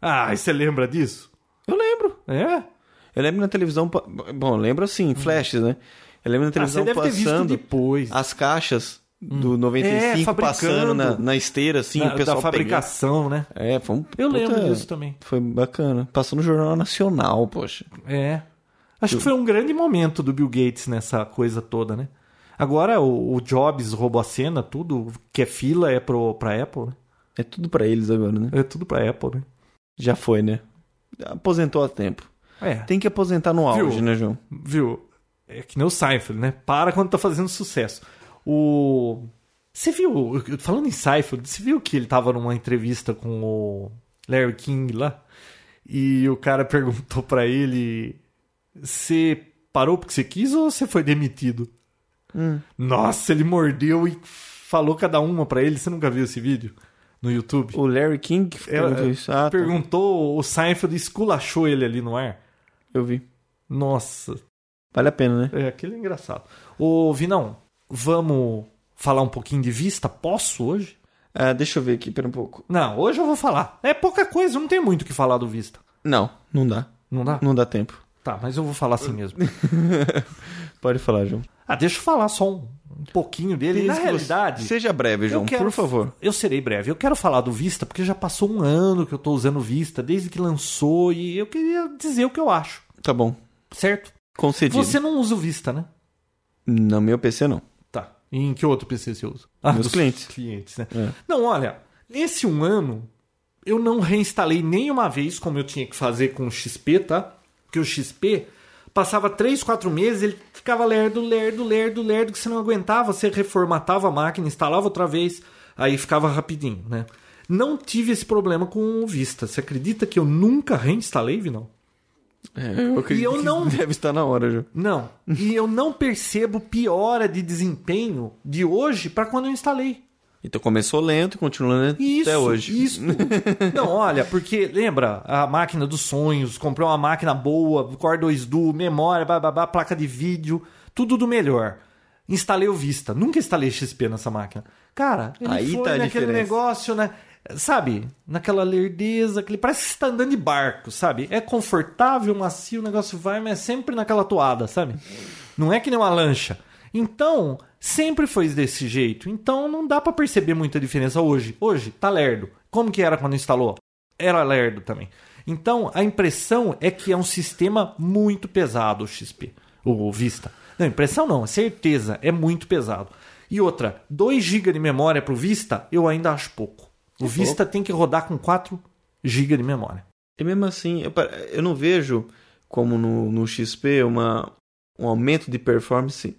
Speaker 1: Ah, e você lembra disso?
Speaker 2: Eu lembro.
Speaker 1: É?
Speaker 2: Eu lembro na televisão. pa- Bom, eu lembro assim, flashes, né? Eu lembro na
Speaker 1: Uhum. Ah, você
Speaker 2: televisão
Speaker 1: deve ter visto
Speaker 2: passando Ah,
Speaker 1: depois.
Speaker 2: as caixas do 95
Speaker 1: É,
Speaker 2: passando na,
Speaker 1: fabricando.
Speaker 2: na esteira, assim,
Speaker 1: da,
Speaker 2: o pessoal
Speaker 1: da fabricação, né?
Speaker 2: pegando. É, foi um.
Speaker 1: Eu
Speaker 2: puta-
Speaker 1: lembro disso também.
Speaker 2: Foi bacana. Passou no Jornal Nacional, poxa.
Speaker 1: É. Acho que foi um grande momento do Bill Gates nessa coisa toda, né? Agora o, o Jobs roubou a cena, tudo que é fila é pro, pra Apple, né?
Speaker 2: É tudo pra eles agora, né?
Speaker 1: É tudo pra Apple, né?
Speaker 2: Já foi, né? Aposentou a tempo.
Speaker 1: É.
Speaker 2: Tem que aposentar no
Speaker 1: Viu?
Speaker 2: auge, né, João?
Speaker 1: Viu? É que nem o Seinfeld, né? Para quando tá fazendo sucesso. O. Você viu, falando em Seinfeld, você viu que ele tava numa entrevista com o Larry King lá? E o cara perguntou pra ele: Você parou porque você quis ou você foi demitido? Nossa, ele mordeu e falou cada uma pra ele. Você nunca viu esse vídeo no YouTube?
Speaker 2: O Larry King que
Speaker 1: Ela-
Speaker 2: perguntou isso. Ah, tá.
Speaker 1: perguntou, o Seinfeld esculachou ele ali no ar.
Speaker 2: eu vi.
Speaker 1: Nossa,
Speaker 2: Vale a pena, né?
Speaker 1: É, aquele é engraçado. Ô, Vinão, vamos falar um pouquinho de vista? Posso hoje?
Speaker 2: Ah, deixa eu ver aqui, pera um pouco.
Speaker 1: Não, hoje eu vou falar. É pouca coisa, não tem muito o que falar do vista.
Speaker 2: Não, não dá.
Speaker 1: Não dá?
Speaker 2: Não dá tempo.
Speaker 1: Tá, mas eu vou falar assim mesmo.
Speaker 2: Pode falar, João.
Speaker 1: Ah, deixa eu falar só um, um pouquinho dele. Na realidade,
Speaker 2: Seja breve, João,
Speaker 1: eu quero-
Speaker 2: por favor.
Speaker 1: Eu serei breve. Eu quero falar do Vista porque já passou um ano que eu tô usando o Vista, desde que lançou, e eu queria dizer o que eu acho,
Speaker 2: Tá bom.
Speaker 1: certo?
Speaker 2: Concedido.
Speaker 1: Você não usa o Vista, né?
Speaker 2: No meu PC, não.
Speaker 1: Tá. E em que outro PC você usa? Ah,
Speaker 2: Meus
Speaker 1: dos
Speaker 2: clientes.
Speaker 1: clientes, né?
Speaker 2: É.
Speaker 1: Não, olha, nesse um ano, eu não reinstalei nenhuma vez, como eu tinha que fazer com o XP, tá? Porque o XP passava 3, 4 meses, ele ficava lerdo, lerdo, lerdo, lerdo, que você não aguentava, você reformatava a máquina, instalava outra vez, aí ficava rapidinho, né? Não tive esse problema com o Vista. Você acredita que eu nunca reinstalei, Vinão?
Speaker 2: eu acredito
Speaker 1: eu
Speaker 2: que
Speaker 1: não-
Speaker 2: deve estar na hora, João.
Speaker 1: Não. E eu não percebo piora de desempenho de hoje pra quando eu instalei.
Speaker 2: Então começou lento e continua lento
Speaker 1: Isso,
Speaker 2: Né? até hoje.
Speaker 1: Isso. Não, olha, porque lembra a máquina dos sonhos, comprei uma máquina boa, Core 2 Duo, memória, bababá, placa de vídeo, tudo do melhor. Instalei o Vista, nunca instalei XP nessa máquina. Cara, ele
Speaker 2: Aí
Speaker 1: foi
Speaker 2: tá a
Speaker 1: naquele
Speaker 2: diferença.
Speaker 1: negócio, né? Sabe? Naquela lerdeza, aquele... parece que você tá andando de barco, sabe? É confortável, macio, o negócio vai, mas é sempre naquela toada, sabe? Não é que nem uma lancha. Então, sempre foi desse jeito. Então, não dá pra perceber muita diferença hoje. Hoje, tá lerdo. Como que era quando instalou? Era lerdo também. Então, a impressão é que é um sistema muito pesado o XP, o Vista. Não, impressão não, é certeza, é muito pesado. E outra, 2 GB de memória pro Vista, eu ainda acho pouco. O Vista tem que rodar com 4 GB de memória.
Speaker 2: E mesmo assim, eu, pa- eu não vejo como no, no XP uma, um aumento de performance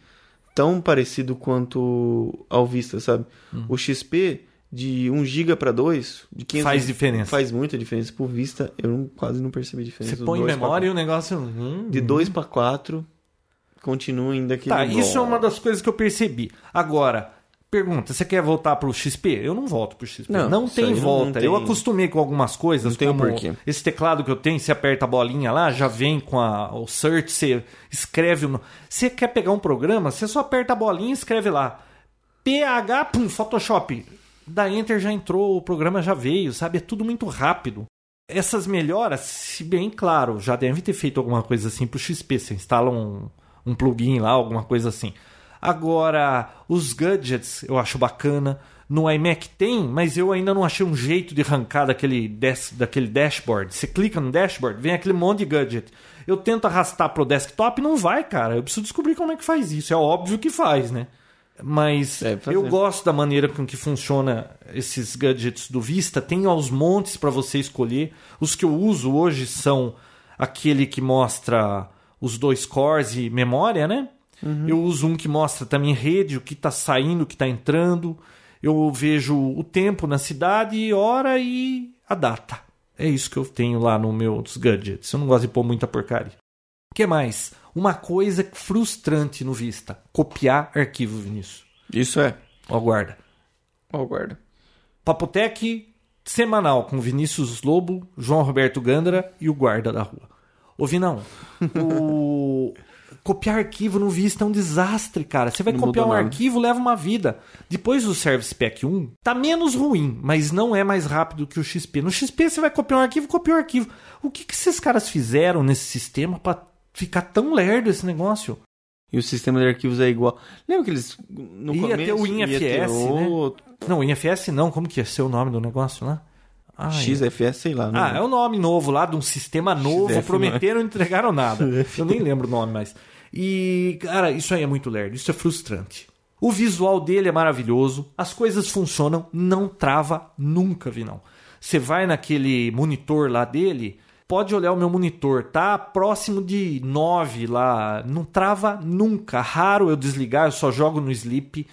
Speaker 2: tão parecido quanto ao Vista, sabe?
Speaker 1: Hum.
Speaker 2: O XP de 1 GB para 2, de 500
Speaker 1: Faz diferença.
Speaker 2: Faz muita diferença. Pro Vista, eu não- quase não percebi diferença.
Speaker 1: Você
Speaker 2: Do
Speaker 1: põe
Speaker 2: dois pra
Speaker 1: memória e o negócio. hum,
Speaker 2: De 2 para 4, continua ainda aquele.
Speaker 1: Tá,
Speaker 2: igual.
Speaker 1: isso é uma das coisas que eu percebi. Agora, pergunta, você quer voltar pro XP? Eu não volto pro XP. Não,
Speaker 2: Não, isso aí
Speaker 1: tem
Speaker 2: não-
Speaker 1: volta.
Speaker 2: não
Speaker 1: Eu
Speaker 2: tem-
Speaker 1: acostumei com algumas coisas,
Speaker 2: Não tem
Speaker 1: como
Speaker 2: porquê.
Speaker 1: esse teclado que eu tenho, você aperta a bolinha lá, já vem com a- o search, você escreve. o- Você quer pegar um programa, você só aperta a bolinha e escreve lá. PH, pum, Photoshop. Da Enter já entrou, o programa já veio, sabe? É tudo muito rápido. Essas melhoras, se bem claro, já devem ter feito alguma coisa assim pro XP. Você instala um, um plugin lá, alguma coisa assim. Agora, os gadgets eu acho bacana. No iMac tem, mas eu ainda não achei um jeito de arrancar daquele, des- daquele dashboard. Você clica no dashboard, vem aquele monte de gadget. Eu tento arrastar pro desktop e não vai, cara. Eu preciso descobrir como é que faz isso. É óbvio que faz, né? Mas
Speaker 2: Deve fazer.
Speaker 1: eu gosto da maneira com que funciona esses gadgets do Vista. Tem aos montes para você escolher. Os que eu uso hoje são aquele que mostra os dois cores e memória, né? Eu uso um que mostra também rede, o que está saindo, o que está entrando. Eu vejo o tempo na cidade, hora e a data. É isso que eu tenho lá no meu dos gadgets. Eu não gosto de pôr muita porcaria. O que mais? Uma coisa frustrante no Vista: copiar arquivo, Vinícius.
Speaker 2: Isso é.
Speaker 1: Ó, guarda.
Speaker 2: Ó, guarda.
Speaker 1: Papotec semanal com Vinícius Lobo, João Roberto Gandra e o guarda da rua. Ô, Vinão, o... copiar arquivo no Vista é um desastre, cara. Você vai
Speaker 2: Não
Speaker 1: copiar um
Speaker 2: mudou nada.
Speaker 1: arquivo, leva uma vida. Depois do Service Pack 1, tá menos ruim, mas não é mais rápido que o XP. No XP você vai copiar um arquivo, copiar um arquivo. O que, que esses caras fizeram nesse sistema pra ficar tão lerdo esse negócio?
Speaker 2: E o sistema de arquivos é igual. Lembra que eles. No
Speaker 1: Ia
Speaker 2: começo,
Speaker 1: ter o INFS,
Speaker 2: ia ter
Speaker 1: né?
Speaker 2: outro,
Speaker 1: Não, IFS não, como que ia ser o nome do negócio lá? Ah, é.
Speaker 2: XFS, sei lá. né?
Speaker 1: Ah, é
Speaker 2: o...
Speaker 1: um nome novo lá, de um sistema novo,
Speaker 2: XF,
Speaker 1: prometeram e entregaram nada. Eu nem lembro o nome mais. E, cara, isso aí é muito lerdo, isso é frustrante. O visual dele é maravilhoso, as coisas funcionam, não trava nunca, Vinão. Você vai naquele monitor lá dele, pode olhar o meu monitor, tá próximo de 9 lá, não trava nunca. Raro eu desligar, eu só jogo no sleep.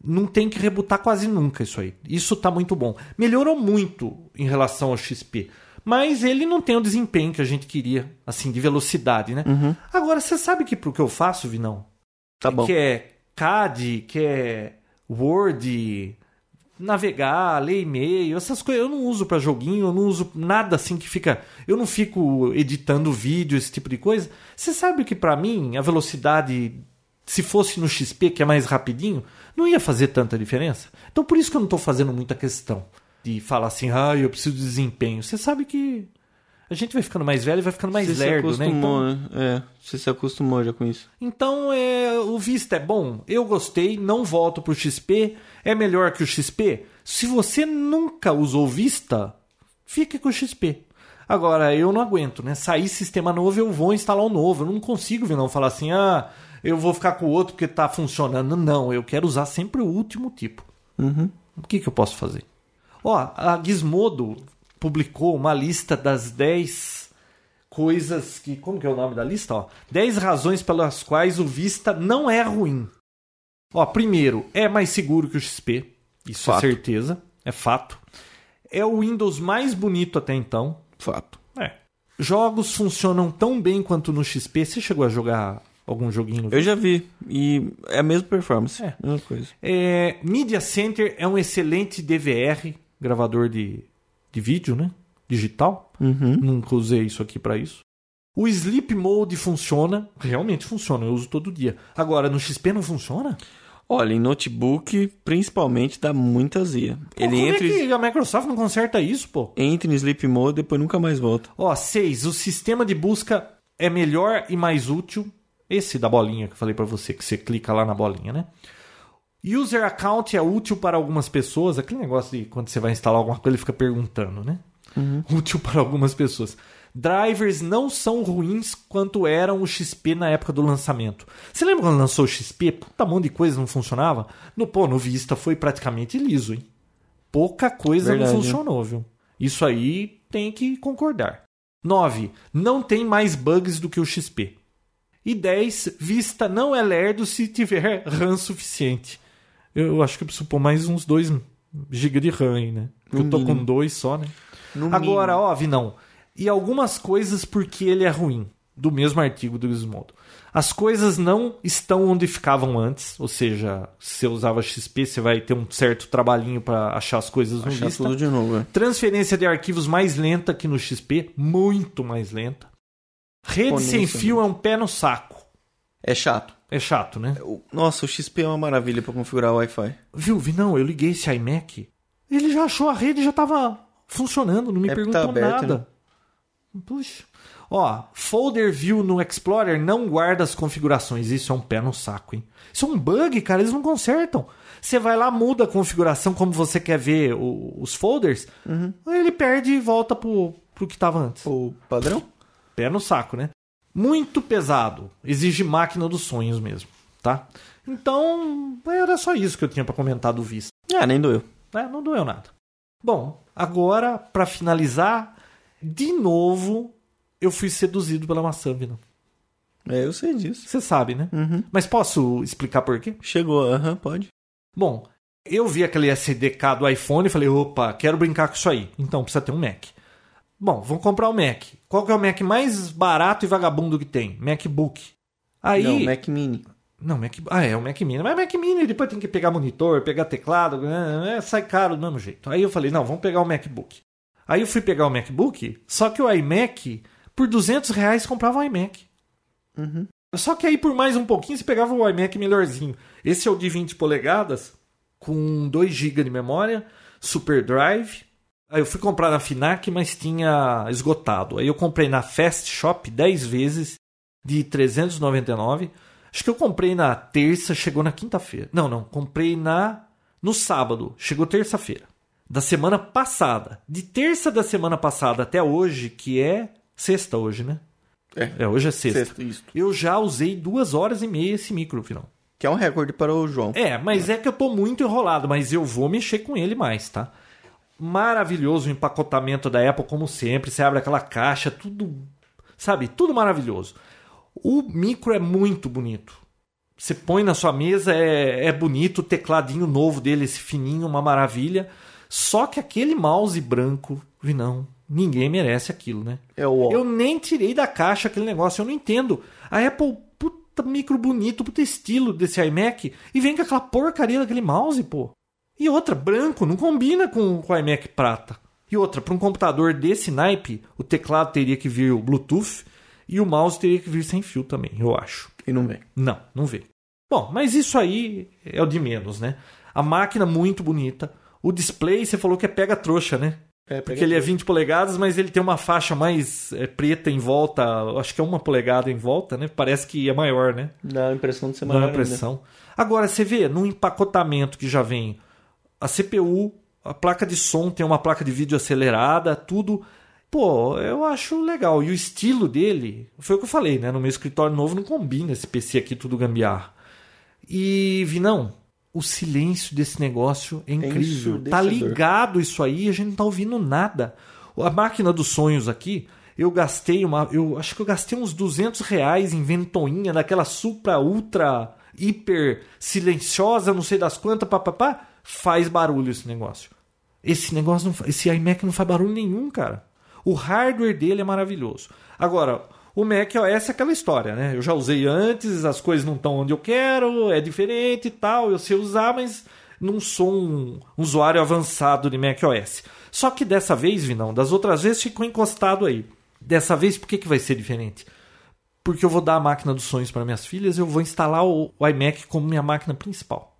Speaker 1: Não tem que rebutar quase nunca isso aí. Isso tá muito bom. Melhorou muito em relação ao XP. Mas ele não tem o desempenho que a gente queria, assim, de velocidade, né? Agora, você sabe que pro que eu faço, Vinão?
Speaker 2: Uhum. Tá bom.
Speaker 1: Que é CAD, que é Word, navegar, ler e-mail, essas coisas. Eu não uso pra joguinho, eu não uso nada assim que fica. Eu não fico editando vídeo, esse tipo de coisa. Você sabe que pra mim a velocidade, se fosse no XP, que é mais rapidinho, não ia fazer tanta diferença. Então por isso que eu não tô fazendo muita questão de falar assim, ah, eu preciso de desempenho. Você sabe que a gente vai ficando mais velho e vai ficando mais
Speaker 2: Você
Speaker 1: lerdo,
Speaker 2: se
Speaker 1: né? Então-
Speaker 2: acostumou, né? É, você se acostumou já com isso.
Speaker 1: então, é, o Vista é bom? Eu gostei, não volto pro XP. É melhor que o XP? Se você nunca usou o Vista, fique com o XP. Agora, eu não aguento, né? Sair sistema novo, eu vou instalar um novo. Eu não consigo vir não falar assim, ah, eu vou ficar com o outro porque tá funcionando. Não, eu quero usar sempre o último tipo. O que, que eu posso fazer? Ó, a Gizmodo publicou uma lista das 10 coisas que. Como que é o nome da lista? Ó, 10 razões pelas quais o Vista não é ruim. Ó, primeiro, é mais seguro que o XP. Isso é
Speaker 2: Fato.
Speaker 1: certeza. É fato. É o Windows mais bonito até então.
Speaker 2: Fato.
Speaker 1: É. Jogos funcionam tão bem quanto no XP. Você chegou a jogar algum joguinho no
Speaker 2: Eu já vi. E é a mesma performance.
Speaker 1: É.
Speaker 2: Mesma coisa.
Speaker 1: É, Media Center é um excelente DVR, gravador de, de vídeo, né? Digital.
Speaker 2: Uhum.
Speaker 1: Nunca usei isso aqui pra isso. O Sleep Mode funciona, realmente funciona, eu uso todo dia. Agora, no XP não funciona?
Speaker 2: Olha, em notebook, principalmente, dá muita zia.
Speaker 1: Pô,
Speaker 2: Ele
Speaker 1: como
Speaker 2: entra,
Speaker 1: é
Speaker 2: em-
Speaker 1: que a Microsoft não conserta isso, pô?
Speaker 2: entra em sleep mode depois nunca mais volta.
Speaker 1: Ó, seis. O sistema de busca é melhor e mais útil. Esse da bolinha que eu falei pra você, que você clica lá na bolinha, né? User account é útil para algumas pessoas. Aquele negócio de quando você vai instalar alguma coisa, ele fica perguntando, né?
Speaker 2: Uhum.
Speaker 1: Útil para algumas pessoas. Drivers não são ruins quanto eram o XP na época do lançamento. Você lembra quando lançou o XP? Puta, um monte de coisa não funcionava. No, pô, no Vista foi praticamente liso, hein? Pouca coisa
Speaker 2: Verdade,
Speaker 1: não
Speaker 2: né?
Speaker 1: funcionou, viu? Isso aí tem que concordar. 9. Não tem mais bugs do que o XP. E 10. Vista não é lerdo se tiver RAM suficiente. Eu acho que eu preciso pôr mais uns 2 GB de RAM aí, né? Porque eu tô com dois só, né? Agora, ó, Vinão. E algumas coisas porque ele é ruim. Do mesmo artigo do Gizmodo. As coisas não estão onde ficavam antes. Ou seja, se você usava XP, você vai ter um certo trabalhinho pra achar as coisas no
Speaker 2: Achar
Speaker 1: Vista.
Speaker 2: tudo de novo. é.
Speaker 1: Transferência de arquivos mais lenta que no XP, muito mais lenta. Rede sem
Speaker 2: Exponencialmente.
Speaker 1: fio é um pé no saco.
Speaker 2: É chato.
Speaker 1: É chato, né?
Speaker 2: O- Nossa, o XP é uma maravilha pra configurar o Wi-Fi.
Speaker 1: Viu, Vinão? Eu liguei esse iMac. Ele já achou a rede já tava funcionando, não me
Speaker 2: É porque
Speaker 1: perguntou
Speaker 2: tá aberto,
Speaker 1: nada. Puxa. Ó, folder view no Explorer não guarda as configurações. Isso é um pé no saco, hein? Isso é um bug, cara. Eles não consertam. Você vai lá, muda a configuração como você quer ver o- os folders. Ele perde e volta pro, pro que tava antes.
Speaker 2: O padrão?
Speaker 1: Pé no saco, né? Muito pesado. Exige máquina dos sonhos mesmo, tá? Então, era só isso que eu tinha pra comentar do Vista.
Speaker 2: Ah, nem doeu.
Speaker 1: né? Não doeu nada. Bom, agora, pra finalizar, de novo, eu fui seduzido pela maçã, Vina.
Speaker 2: É, eu sei disso.
Speaker 1: Você sabe, né?
Speaker 2: Uhum.
Speaker 1: Mas posso explicar por quê?
Speaker 2: Chegou, aham, pode.
Speaker 1: Bom, eu vi aquele SDK do iPhone e falei, opa, quero brincar com isso aí. Então precisa ter um Mac. Bom, vamos comprar o Mac. Qual que é o Mac mais barato e vagabundo que tem? MacBook. Aí,
Speaker 2: Não, Mac Mini.
Speaker 1: Não, Mac... Ah, é, o Mac Mini. Mas Mac Mini depois tem que pegar monitor, pegar teclado, né, né, sai caro do mesmo jeito. Aí eu falei, não, vamos pegar o MacBook. Aí eu fui pegar o MacBook, só que o iMac, por 200 reais comprava o iMac. Só que aí por mais um pouquinho você pegava o iMac melhorzinho. Esse é o de 20 polegadas, com 2 GB de memória, Super Drive. Aí eu fui comprar na Finac, mas tinha esgotado. Aí eu comprei na Fast Shop 10 vezes de 399. Acho que eu comprei na terça, chegou na quinta-feira. Não, não, comprei na no sábado, chegou terça-feira da semana passada. De terça da semana passada até hoje, que é sexta hoje, né?
Speaker 2: É.
Speaker 1: É, hoje é sexta.
Speaker 2: Sexto, isso.
Speaker 1: Eu já usei duas horas e meia esse micro, final.
Speaker 2: Que é um recorde para o João.
Speaker 1: É, mas é que eu tô muito enrolado, mas eu vou mexer com ele mais, tá? Maravilhoso o empacotamento da Apple, como sempre. Você abre aquela caixa, tudo. Sabe, tudo maravilhoso. O micro é muito bonito. Você põe na sua mesa, é, é bonito, o tecladinho novo dele, esse fininho, uma maravilha. Só que aquele mouse branco, Vinão, ninguém merece aquilo, né?
Speaker 2: É o ó.
Speaker 1: Eu nem tirei da caixa aquele negócio, eu não entendo. A Apple, puta micro bonito, puta estilo desse iMac, e vem com aquela porcaria daquele mouse, pô. E outra, branco, não combina com, com o iMac prata. E outra, para um computador desse naipe, o teclado teria que vir o Bluetooth e o mouse teria que vir sem fio também, eu acho.
Speaker 2: E não vem.
Speaker 1: Não, não vê. Bom, mas isso aí é o de menos, né? A máquina muito bonita. O display, você falou que é pega trouxa, né?
Speaker 2: É,
Speaker 1: Porque ele é 20 polegadas, mas ele tem uma faixa mais é, preta em volta, acho que é uma polegada em volta, né? Parece que é maior, né?
Speaker 2: Dá a impressão de ser
Speaker 1: Não
Speaker 2: maior
Speaker 1: é pressão. Agora, você vê, no empacotamento que já vem a CPU, a placa de som tem uma placa de vídeo acelerada, tudo. Pô, eu acho legal. E o estilo dele, foi o que eu falei, né? No meu escritório novo não combina esse PC aqui tudo gambiarra. E, Vinão, o silêncio desse negócio é incrível. Tá
Speaker 2: ensurdecedor.
Speaker 1: ligado isso aí e a gente não tá ouvindo nada. A máquina dos sonhos aqui, eu gastei uma. Eu acho que eu gastei uns 200 reais em ventoinha, daquela supra, ultra, hiper silenciosa, não sei das quantas, papapá. Faz barulho esse negócio. Esse negócio, não, fa- esse iMac não faz barulho nenhum, cara. O hardware dele é maravilhoso. Agora, o Mac OS é aquela história, né? Eu já usei antes, as coisas não estão onde eu quero, é diferente e tal, eu sei usar, mas não sou um usuário avançado de Mac OS. Só que dessa vez, Vinão, das outras vezes ficou encostado aí. Dessa vez, por que, que vai ser diferente? Porque eu vou dar a máquina dos sonhos para minhas filhas, eu vou instalar o o iMac como minha máquina principal.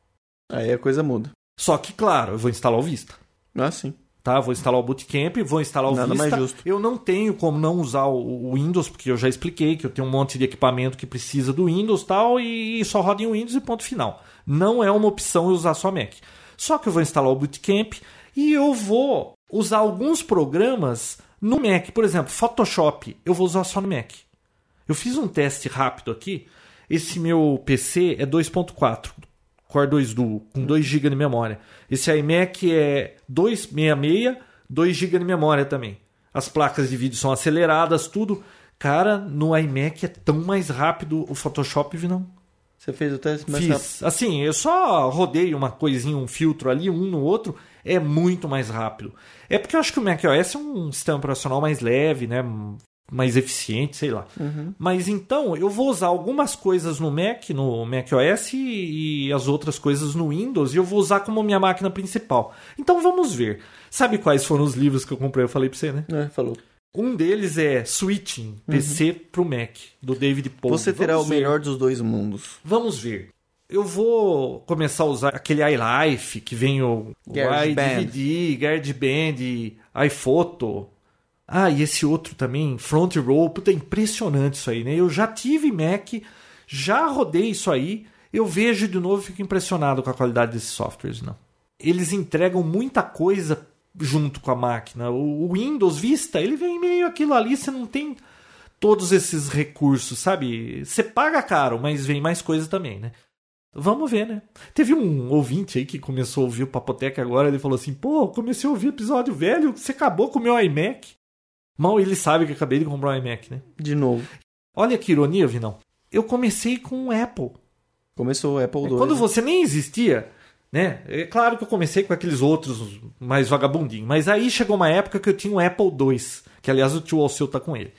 Speaker 2: Aí a coisa muda.
Speaker 1: Só que, claro, eu vou instalar o Vista
Speaker 2: Ah, sim.
Speaker 1: tá? Vou instalar o Bootcamp, vou instalar o
Speaker 2: Nada
Speaker 1: Vista.
Speaker 2: mais justo.
Speaker 1: Eu não tenho como não usar o o Windows, porque eu já expliquei que eu tenho um monte de equipamento que precisa do Windows tal, e só roda em Windows e ponto final. Não é uma opção eu usar só Mac. Só que eu vou instalar o Bootcamp e eu vou usar alguns programas no Mac. Por exemplo, Photoshop, eu vou usar só no Mac. Eu fiz um teste rápido aqui. Esse meu PC é 2.4, Core 2 Duo, com 2 GB de memória. Esse iMac é 266, 2 GB de memória também. As placas de vídeo são aceleradas, tudo. Cara, no iMac é tão mais rápido o Photoshop, não?
Speaker 2: Você fez o teste, mas tá-
Speaker 1: Fiz. Assim, eu só rodei uma coisinha, um filtro ali, um no outro, é muito mais rápido. É porque eu acho que o macOS é um sistema operacional mais leve, né? Mais eficiente, sei lá.
Speaker 2: Uhum.
Speaker 1: Mas então, eu vou usar algumas coisas no Mac, no macOS e, e as outras coisas no Windows, e eu vou usar como minha máquina principal. Então vamos ver. Sabe quais foram os livros que eu comprei? Eu falei pra você, né?
Speaker 2: É, falou.
Speaker 1: Um deles é Switching, PC pro Mac, do David Paul.
Speaker 2: Uhum. Você terá
Speaker 1: Vamos
Speaker 2: o
Speaker 1: ver.
Speaker 2: melhor dos dois mundos.
Speaker 1: Vamos ver. Eu vou começar a usar aquele iLife que vem o o
Speaker 2: GarageBand.
Speaker 1: iDVD, GarageBand, iPhoto. Ah, e esse outro também, Front Row, puta, é impressionante isso aí, né? Eu já tive Mac, já rodei isso aí, eu vejo de novo e fico impressionado com a qualidade desses softwares, não. Eles entregam muita coisa junto com a máquina. O o Windows Vista, ele vem meio aquilo ali, você não tem todos esses recursos, sabe? Você paga caro, mas vem mais coisa também, né? Vamos ver, né? Teve um ouvinte aí que começou a ouvir o Papoteca agora, ele falou assim: pô, eu comecei a ouvir episódio velho, você acabou com o meu iMac. Mal ele sabe que eu acabei de comprar um iMac, né?
Speaker 2: De novo.
Speaker 1: Olha que ironia, Vinão. Eu comecei com o Apple.
Speaker 2: Começou o Apple II.
Speaker 1: É, Quando
Speaker 2: né?
Speaker 1: você nem existia, né? É claro que eu comecei com aqueles outros mais vagabundinhos, mas aí chegou uma época que eu tinha um Apple II, que aliás o tio Alceu tá com ele.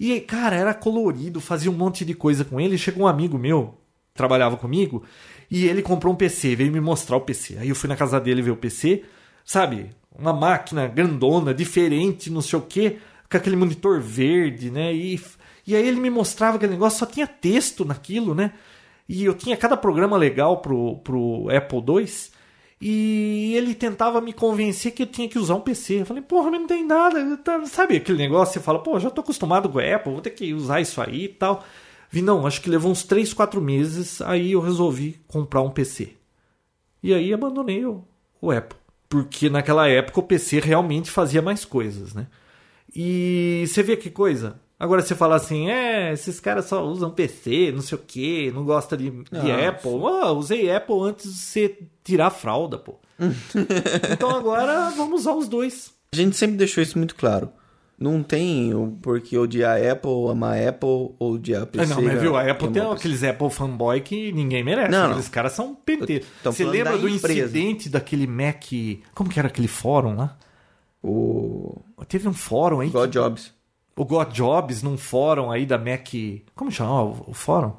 Speaker 1: E, cara, era colorido, fazia um monte de coisa com ele. Chegou um amigo meu, trabalhava comigo, e ele comprou um PC, veio me mostrar o PC. Aí eu fui na casa dele ver o PC, sabe? Uma máquina grandona, diferente, não sei o quê, com aquele monitor verde, né? E, e aí ele me mostrava aquele negócio, só tinha texto naquilo, né? E eu tinha cada programa legal pro, pro Apple II. E ele tentava me convencer que eu tinha que usar um PC. Eu falei, porra, mas não tem nada. tá- Sabe aquele negócio? Você fala, pô, já tô acostumado com a Apple, vou ter que usar isso aí e tal. Vi, não, acho que levou uns 3, 4 meses. Aí eu resolvi comprar um PC. E aí abandonei o, o Apple. Porque naquela época o PC realmente fazia mais coisas, né? E você vê que coisa? Agora você fala assim, é, esses caras só usam PC, não sei o quê, não gosta de, de
Speaker 2: Não.
Speaker 1: Apple. Ah, usei Apple antes de você tirar a fralda, pô. então agora vamos usar os dois.
Speaker 2: A gente sempre deixou isso muito claro. Não tem o porquê odiar a Apple, amar a Apple ou odiar a
Speaker 1: Ah,
Speaker 2: PC.
Speaker 1: não, mas viu, a
Speaker 2: amar
Speaker 1: Apple tem aqueles Apple fanboy que ninguém merece.
Speaker 2: Não, não.
Speaker 1: Aqueles caras são penteiros.
Speaker 2: Eu- tão
Speaker 1: Você
Speaker 2: falando
Speaker 1: lembra
Speaker 2: da
Speaker 1: do
Speaker 2: empresa.
Speaker 1: incidente daquele Mac... Como que era aquele fórum lá?
Speaker 2: O
Speaker 1: Teve um fórum aí que
Speaker 2: God Jobs.
Speaker 1: O God Jobs num fórum aí da Mac. Como chama o, o fórum?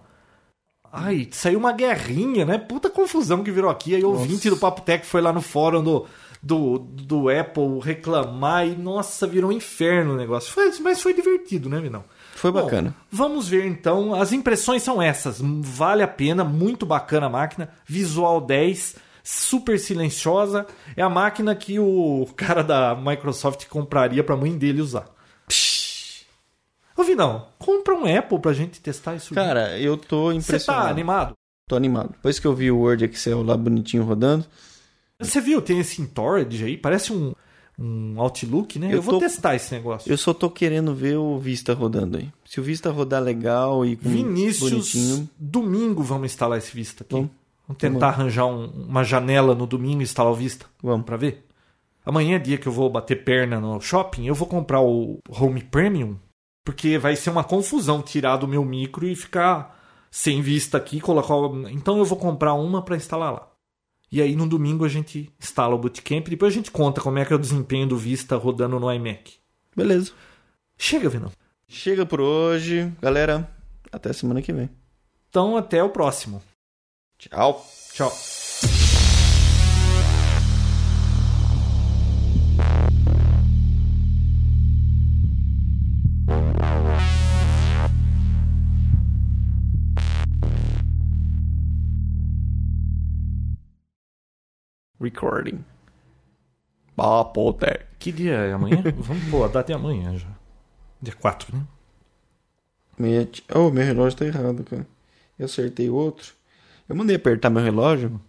Speaker 1: Ai, saiu uma guerrinha, né? Puta confusão que virou aqui. Aí o ouvinte do Papo Tech foi lá no fórum do, do, do Apple reclamar e, nossa, virou um inferno o negócio. Foi- mas foi divertido, né, Minão?
Speaker 2: Foi
Speaker 1: Bom,
Speaker 2: bacana.
Speaker 1: vamos ver então. As impressões são essas. Vale a pena, muito bacana a máquina. Visual 10, super silenciosa. É a máquina que o cara da Microsoft compraria pra mãe dele usar. Ô, Vinão, compra um Apple pra gente testar isso.
Speaker 2: Cara, eu tô
Speaker 1: você tá
Speaker 2: impressionado.
Speaker 1: animado?
Speaker 2: Tô animado. Depois que eu vi o Word Excel lá bonitinho rodando,
Speaker 1: Você viu, tem esse Intorage aí, parece um, um Outlook, né? Eu,
Speaker 2: Eu
Speaker 1: vou
Speaker 2: tô-
Speaker 1: testar esse negócio.
Speaker 2: eu só tô querendo ver o Vista rodando aí. Se o Vista rodar legal e com
Speaker 1: Vinícius,
Speaker 2: bonitinho,
Speaker 1: domingo vamos instalar esse Vista aqui.
Speaker 2: Vamos.
Speaker 1: Vamos, tentar arranjar um- uma janela no domingo e instalar o Vista.
Speaker 2: Vamos.
Speaker 1: Pra ver? Amanhã é dia que eu vou bater perna no shopping, eu vou comprar o Home Premium, porque vai ser uma confusão tirar do meu micro e ficar sem vista aqui, colocar. o- Então eu vou comprar uma pra instalar lá. E aí no domingo a gente instala o Bootcamp, depois a gente conta como é que é o desempenho do Vista rodando no iMac.
Speaker 2: beleza.
Speaker 1: Chega, Vinão.
Speaker 2: Chega por hoje, galera. Até semana que vem.
Speaker 1: Então até o próximo.
Speaker 2: Tchau.
Speaker 1: Tchau.
Speaker 2: Recording. Papotec.
Speaker 1: Que dia é amanhã? Vamos pôr a data é amanhã já. Dia 4, né?
Speaker 2: Meia... ti- Oh, meu relógio tá errado, cara. Eu acertei outro. Eu mandei apertar meu relógio.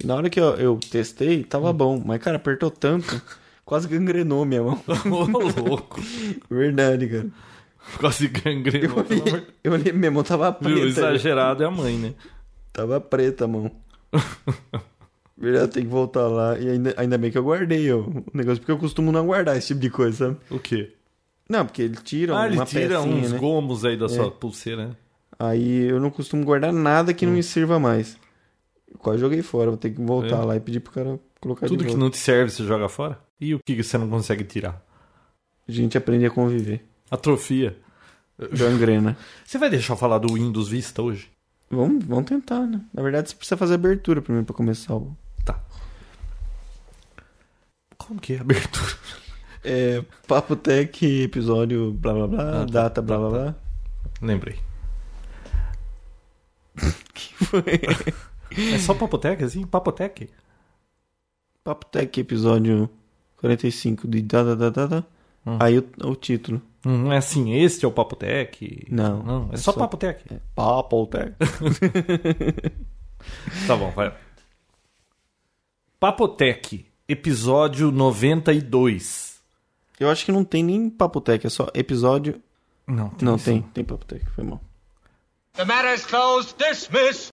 Speaker 2: E na hora que eu, eu testei,
Speaker 1: Hum.
Speaker 2: tava bom. Mas, cara, apertou tanto. quase gangrenou minha mão.
Speaker 1: Ô, louco.
Speaker 2: Verdade, cara.
Speaker 1: Quase
Speaker 2: Eu
Speaker 1: gangrenou. pelo amor
Speaker 2: olhei, eu olhei minha mão tava
Speaker 1: de Deus.
Speaker 2: preta.
Speaker 1: Exagerado é a mãe, né?
Speaker 2: Tava preta a mão. Verdade, tem que voltar lá. E ainda, ainda bem que eu guardei ó, o negócio, porque eu costumo não guardar esse tipo de coisa, sabe?
Speaker 1: O quê?
Speaker 2: Não, porque ele tira
Speaker 1: ah, ele
Speaker 2: uma
Speaker 1: tira
Speaker 2: pecinha,
Speaker 1: uns
Speaker 2: né?
Speaker 1: gomos aí da sua pulseira, né?
Speaker 2: Aí eu não costumo guardar nada que não
Speaker 1: Hum.
Speaker 2: me sirva mais. Quase joguei fora, vou ter que voltar
Speaker 1: É.
Speaker 2: lá e pedir pro cara colocar
Speaker 1: Tudo
Speaker 2: de
Speaker 1: que
Speaker 2: volta.
Speaker 1: não te serve você joga fora? E o que você não consegue tirar?
Speaker 2: A gente aprende a conviver.
Speaker 1: Atrofia.
Speaker 2: Gangrena.
Speaker 1: Você vai deixar eu falar do Windows Vista hoje?
Speaker 2: vamos, vamos tentar, né? Na verdade, você precisa fazer abertura primeiro pra começar o.
Speaker 1: Tá. Como que é a abertura?
Speaker 2: É, Papo Tech, episódio, blá blá blá,
Speaker 1: Ah, tá.
Speaker 2: data, blá blá blá.
Speaker 1: Lembrei. É só papoteca, assim? Papoteca?
Speaker 2: Papo Tech, episódio 45 de da da da da, da Aí o, o título.
Speaker 1: Hum, Não é assim, este é o Papotec?
Speaker 2: Não.
Speaker 1: Não, é,
Speaker 2: É
Speaker 1: só,
Speaker 2: só-
Speaker 1: Papotec.
Speaker 2: Papotec.
Speaker 1: Tá bom, vai. Papotec, episódio 92.
Speaker 2: Eu acho que não tem nem Papotec, é só episódio.
Speaker 1: Não,
Speaker 2: não,
Speaker 1: isso.
Speaker 2: tem. Tem Papotec, foi mal.
Speaker 3: The matter is closed. Dismiss.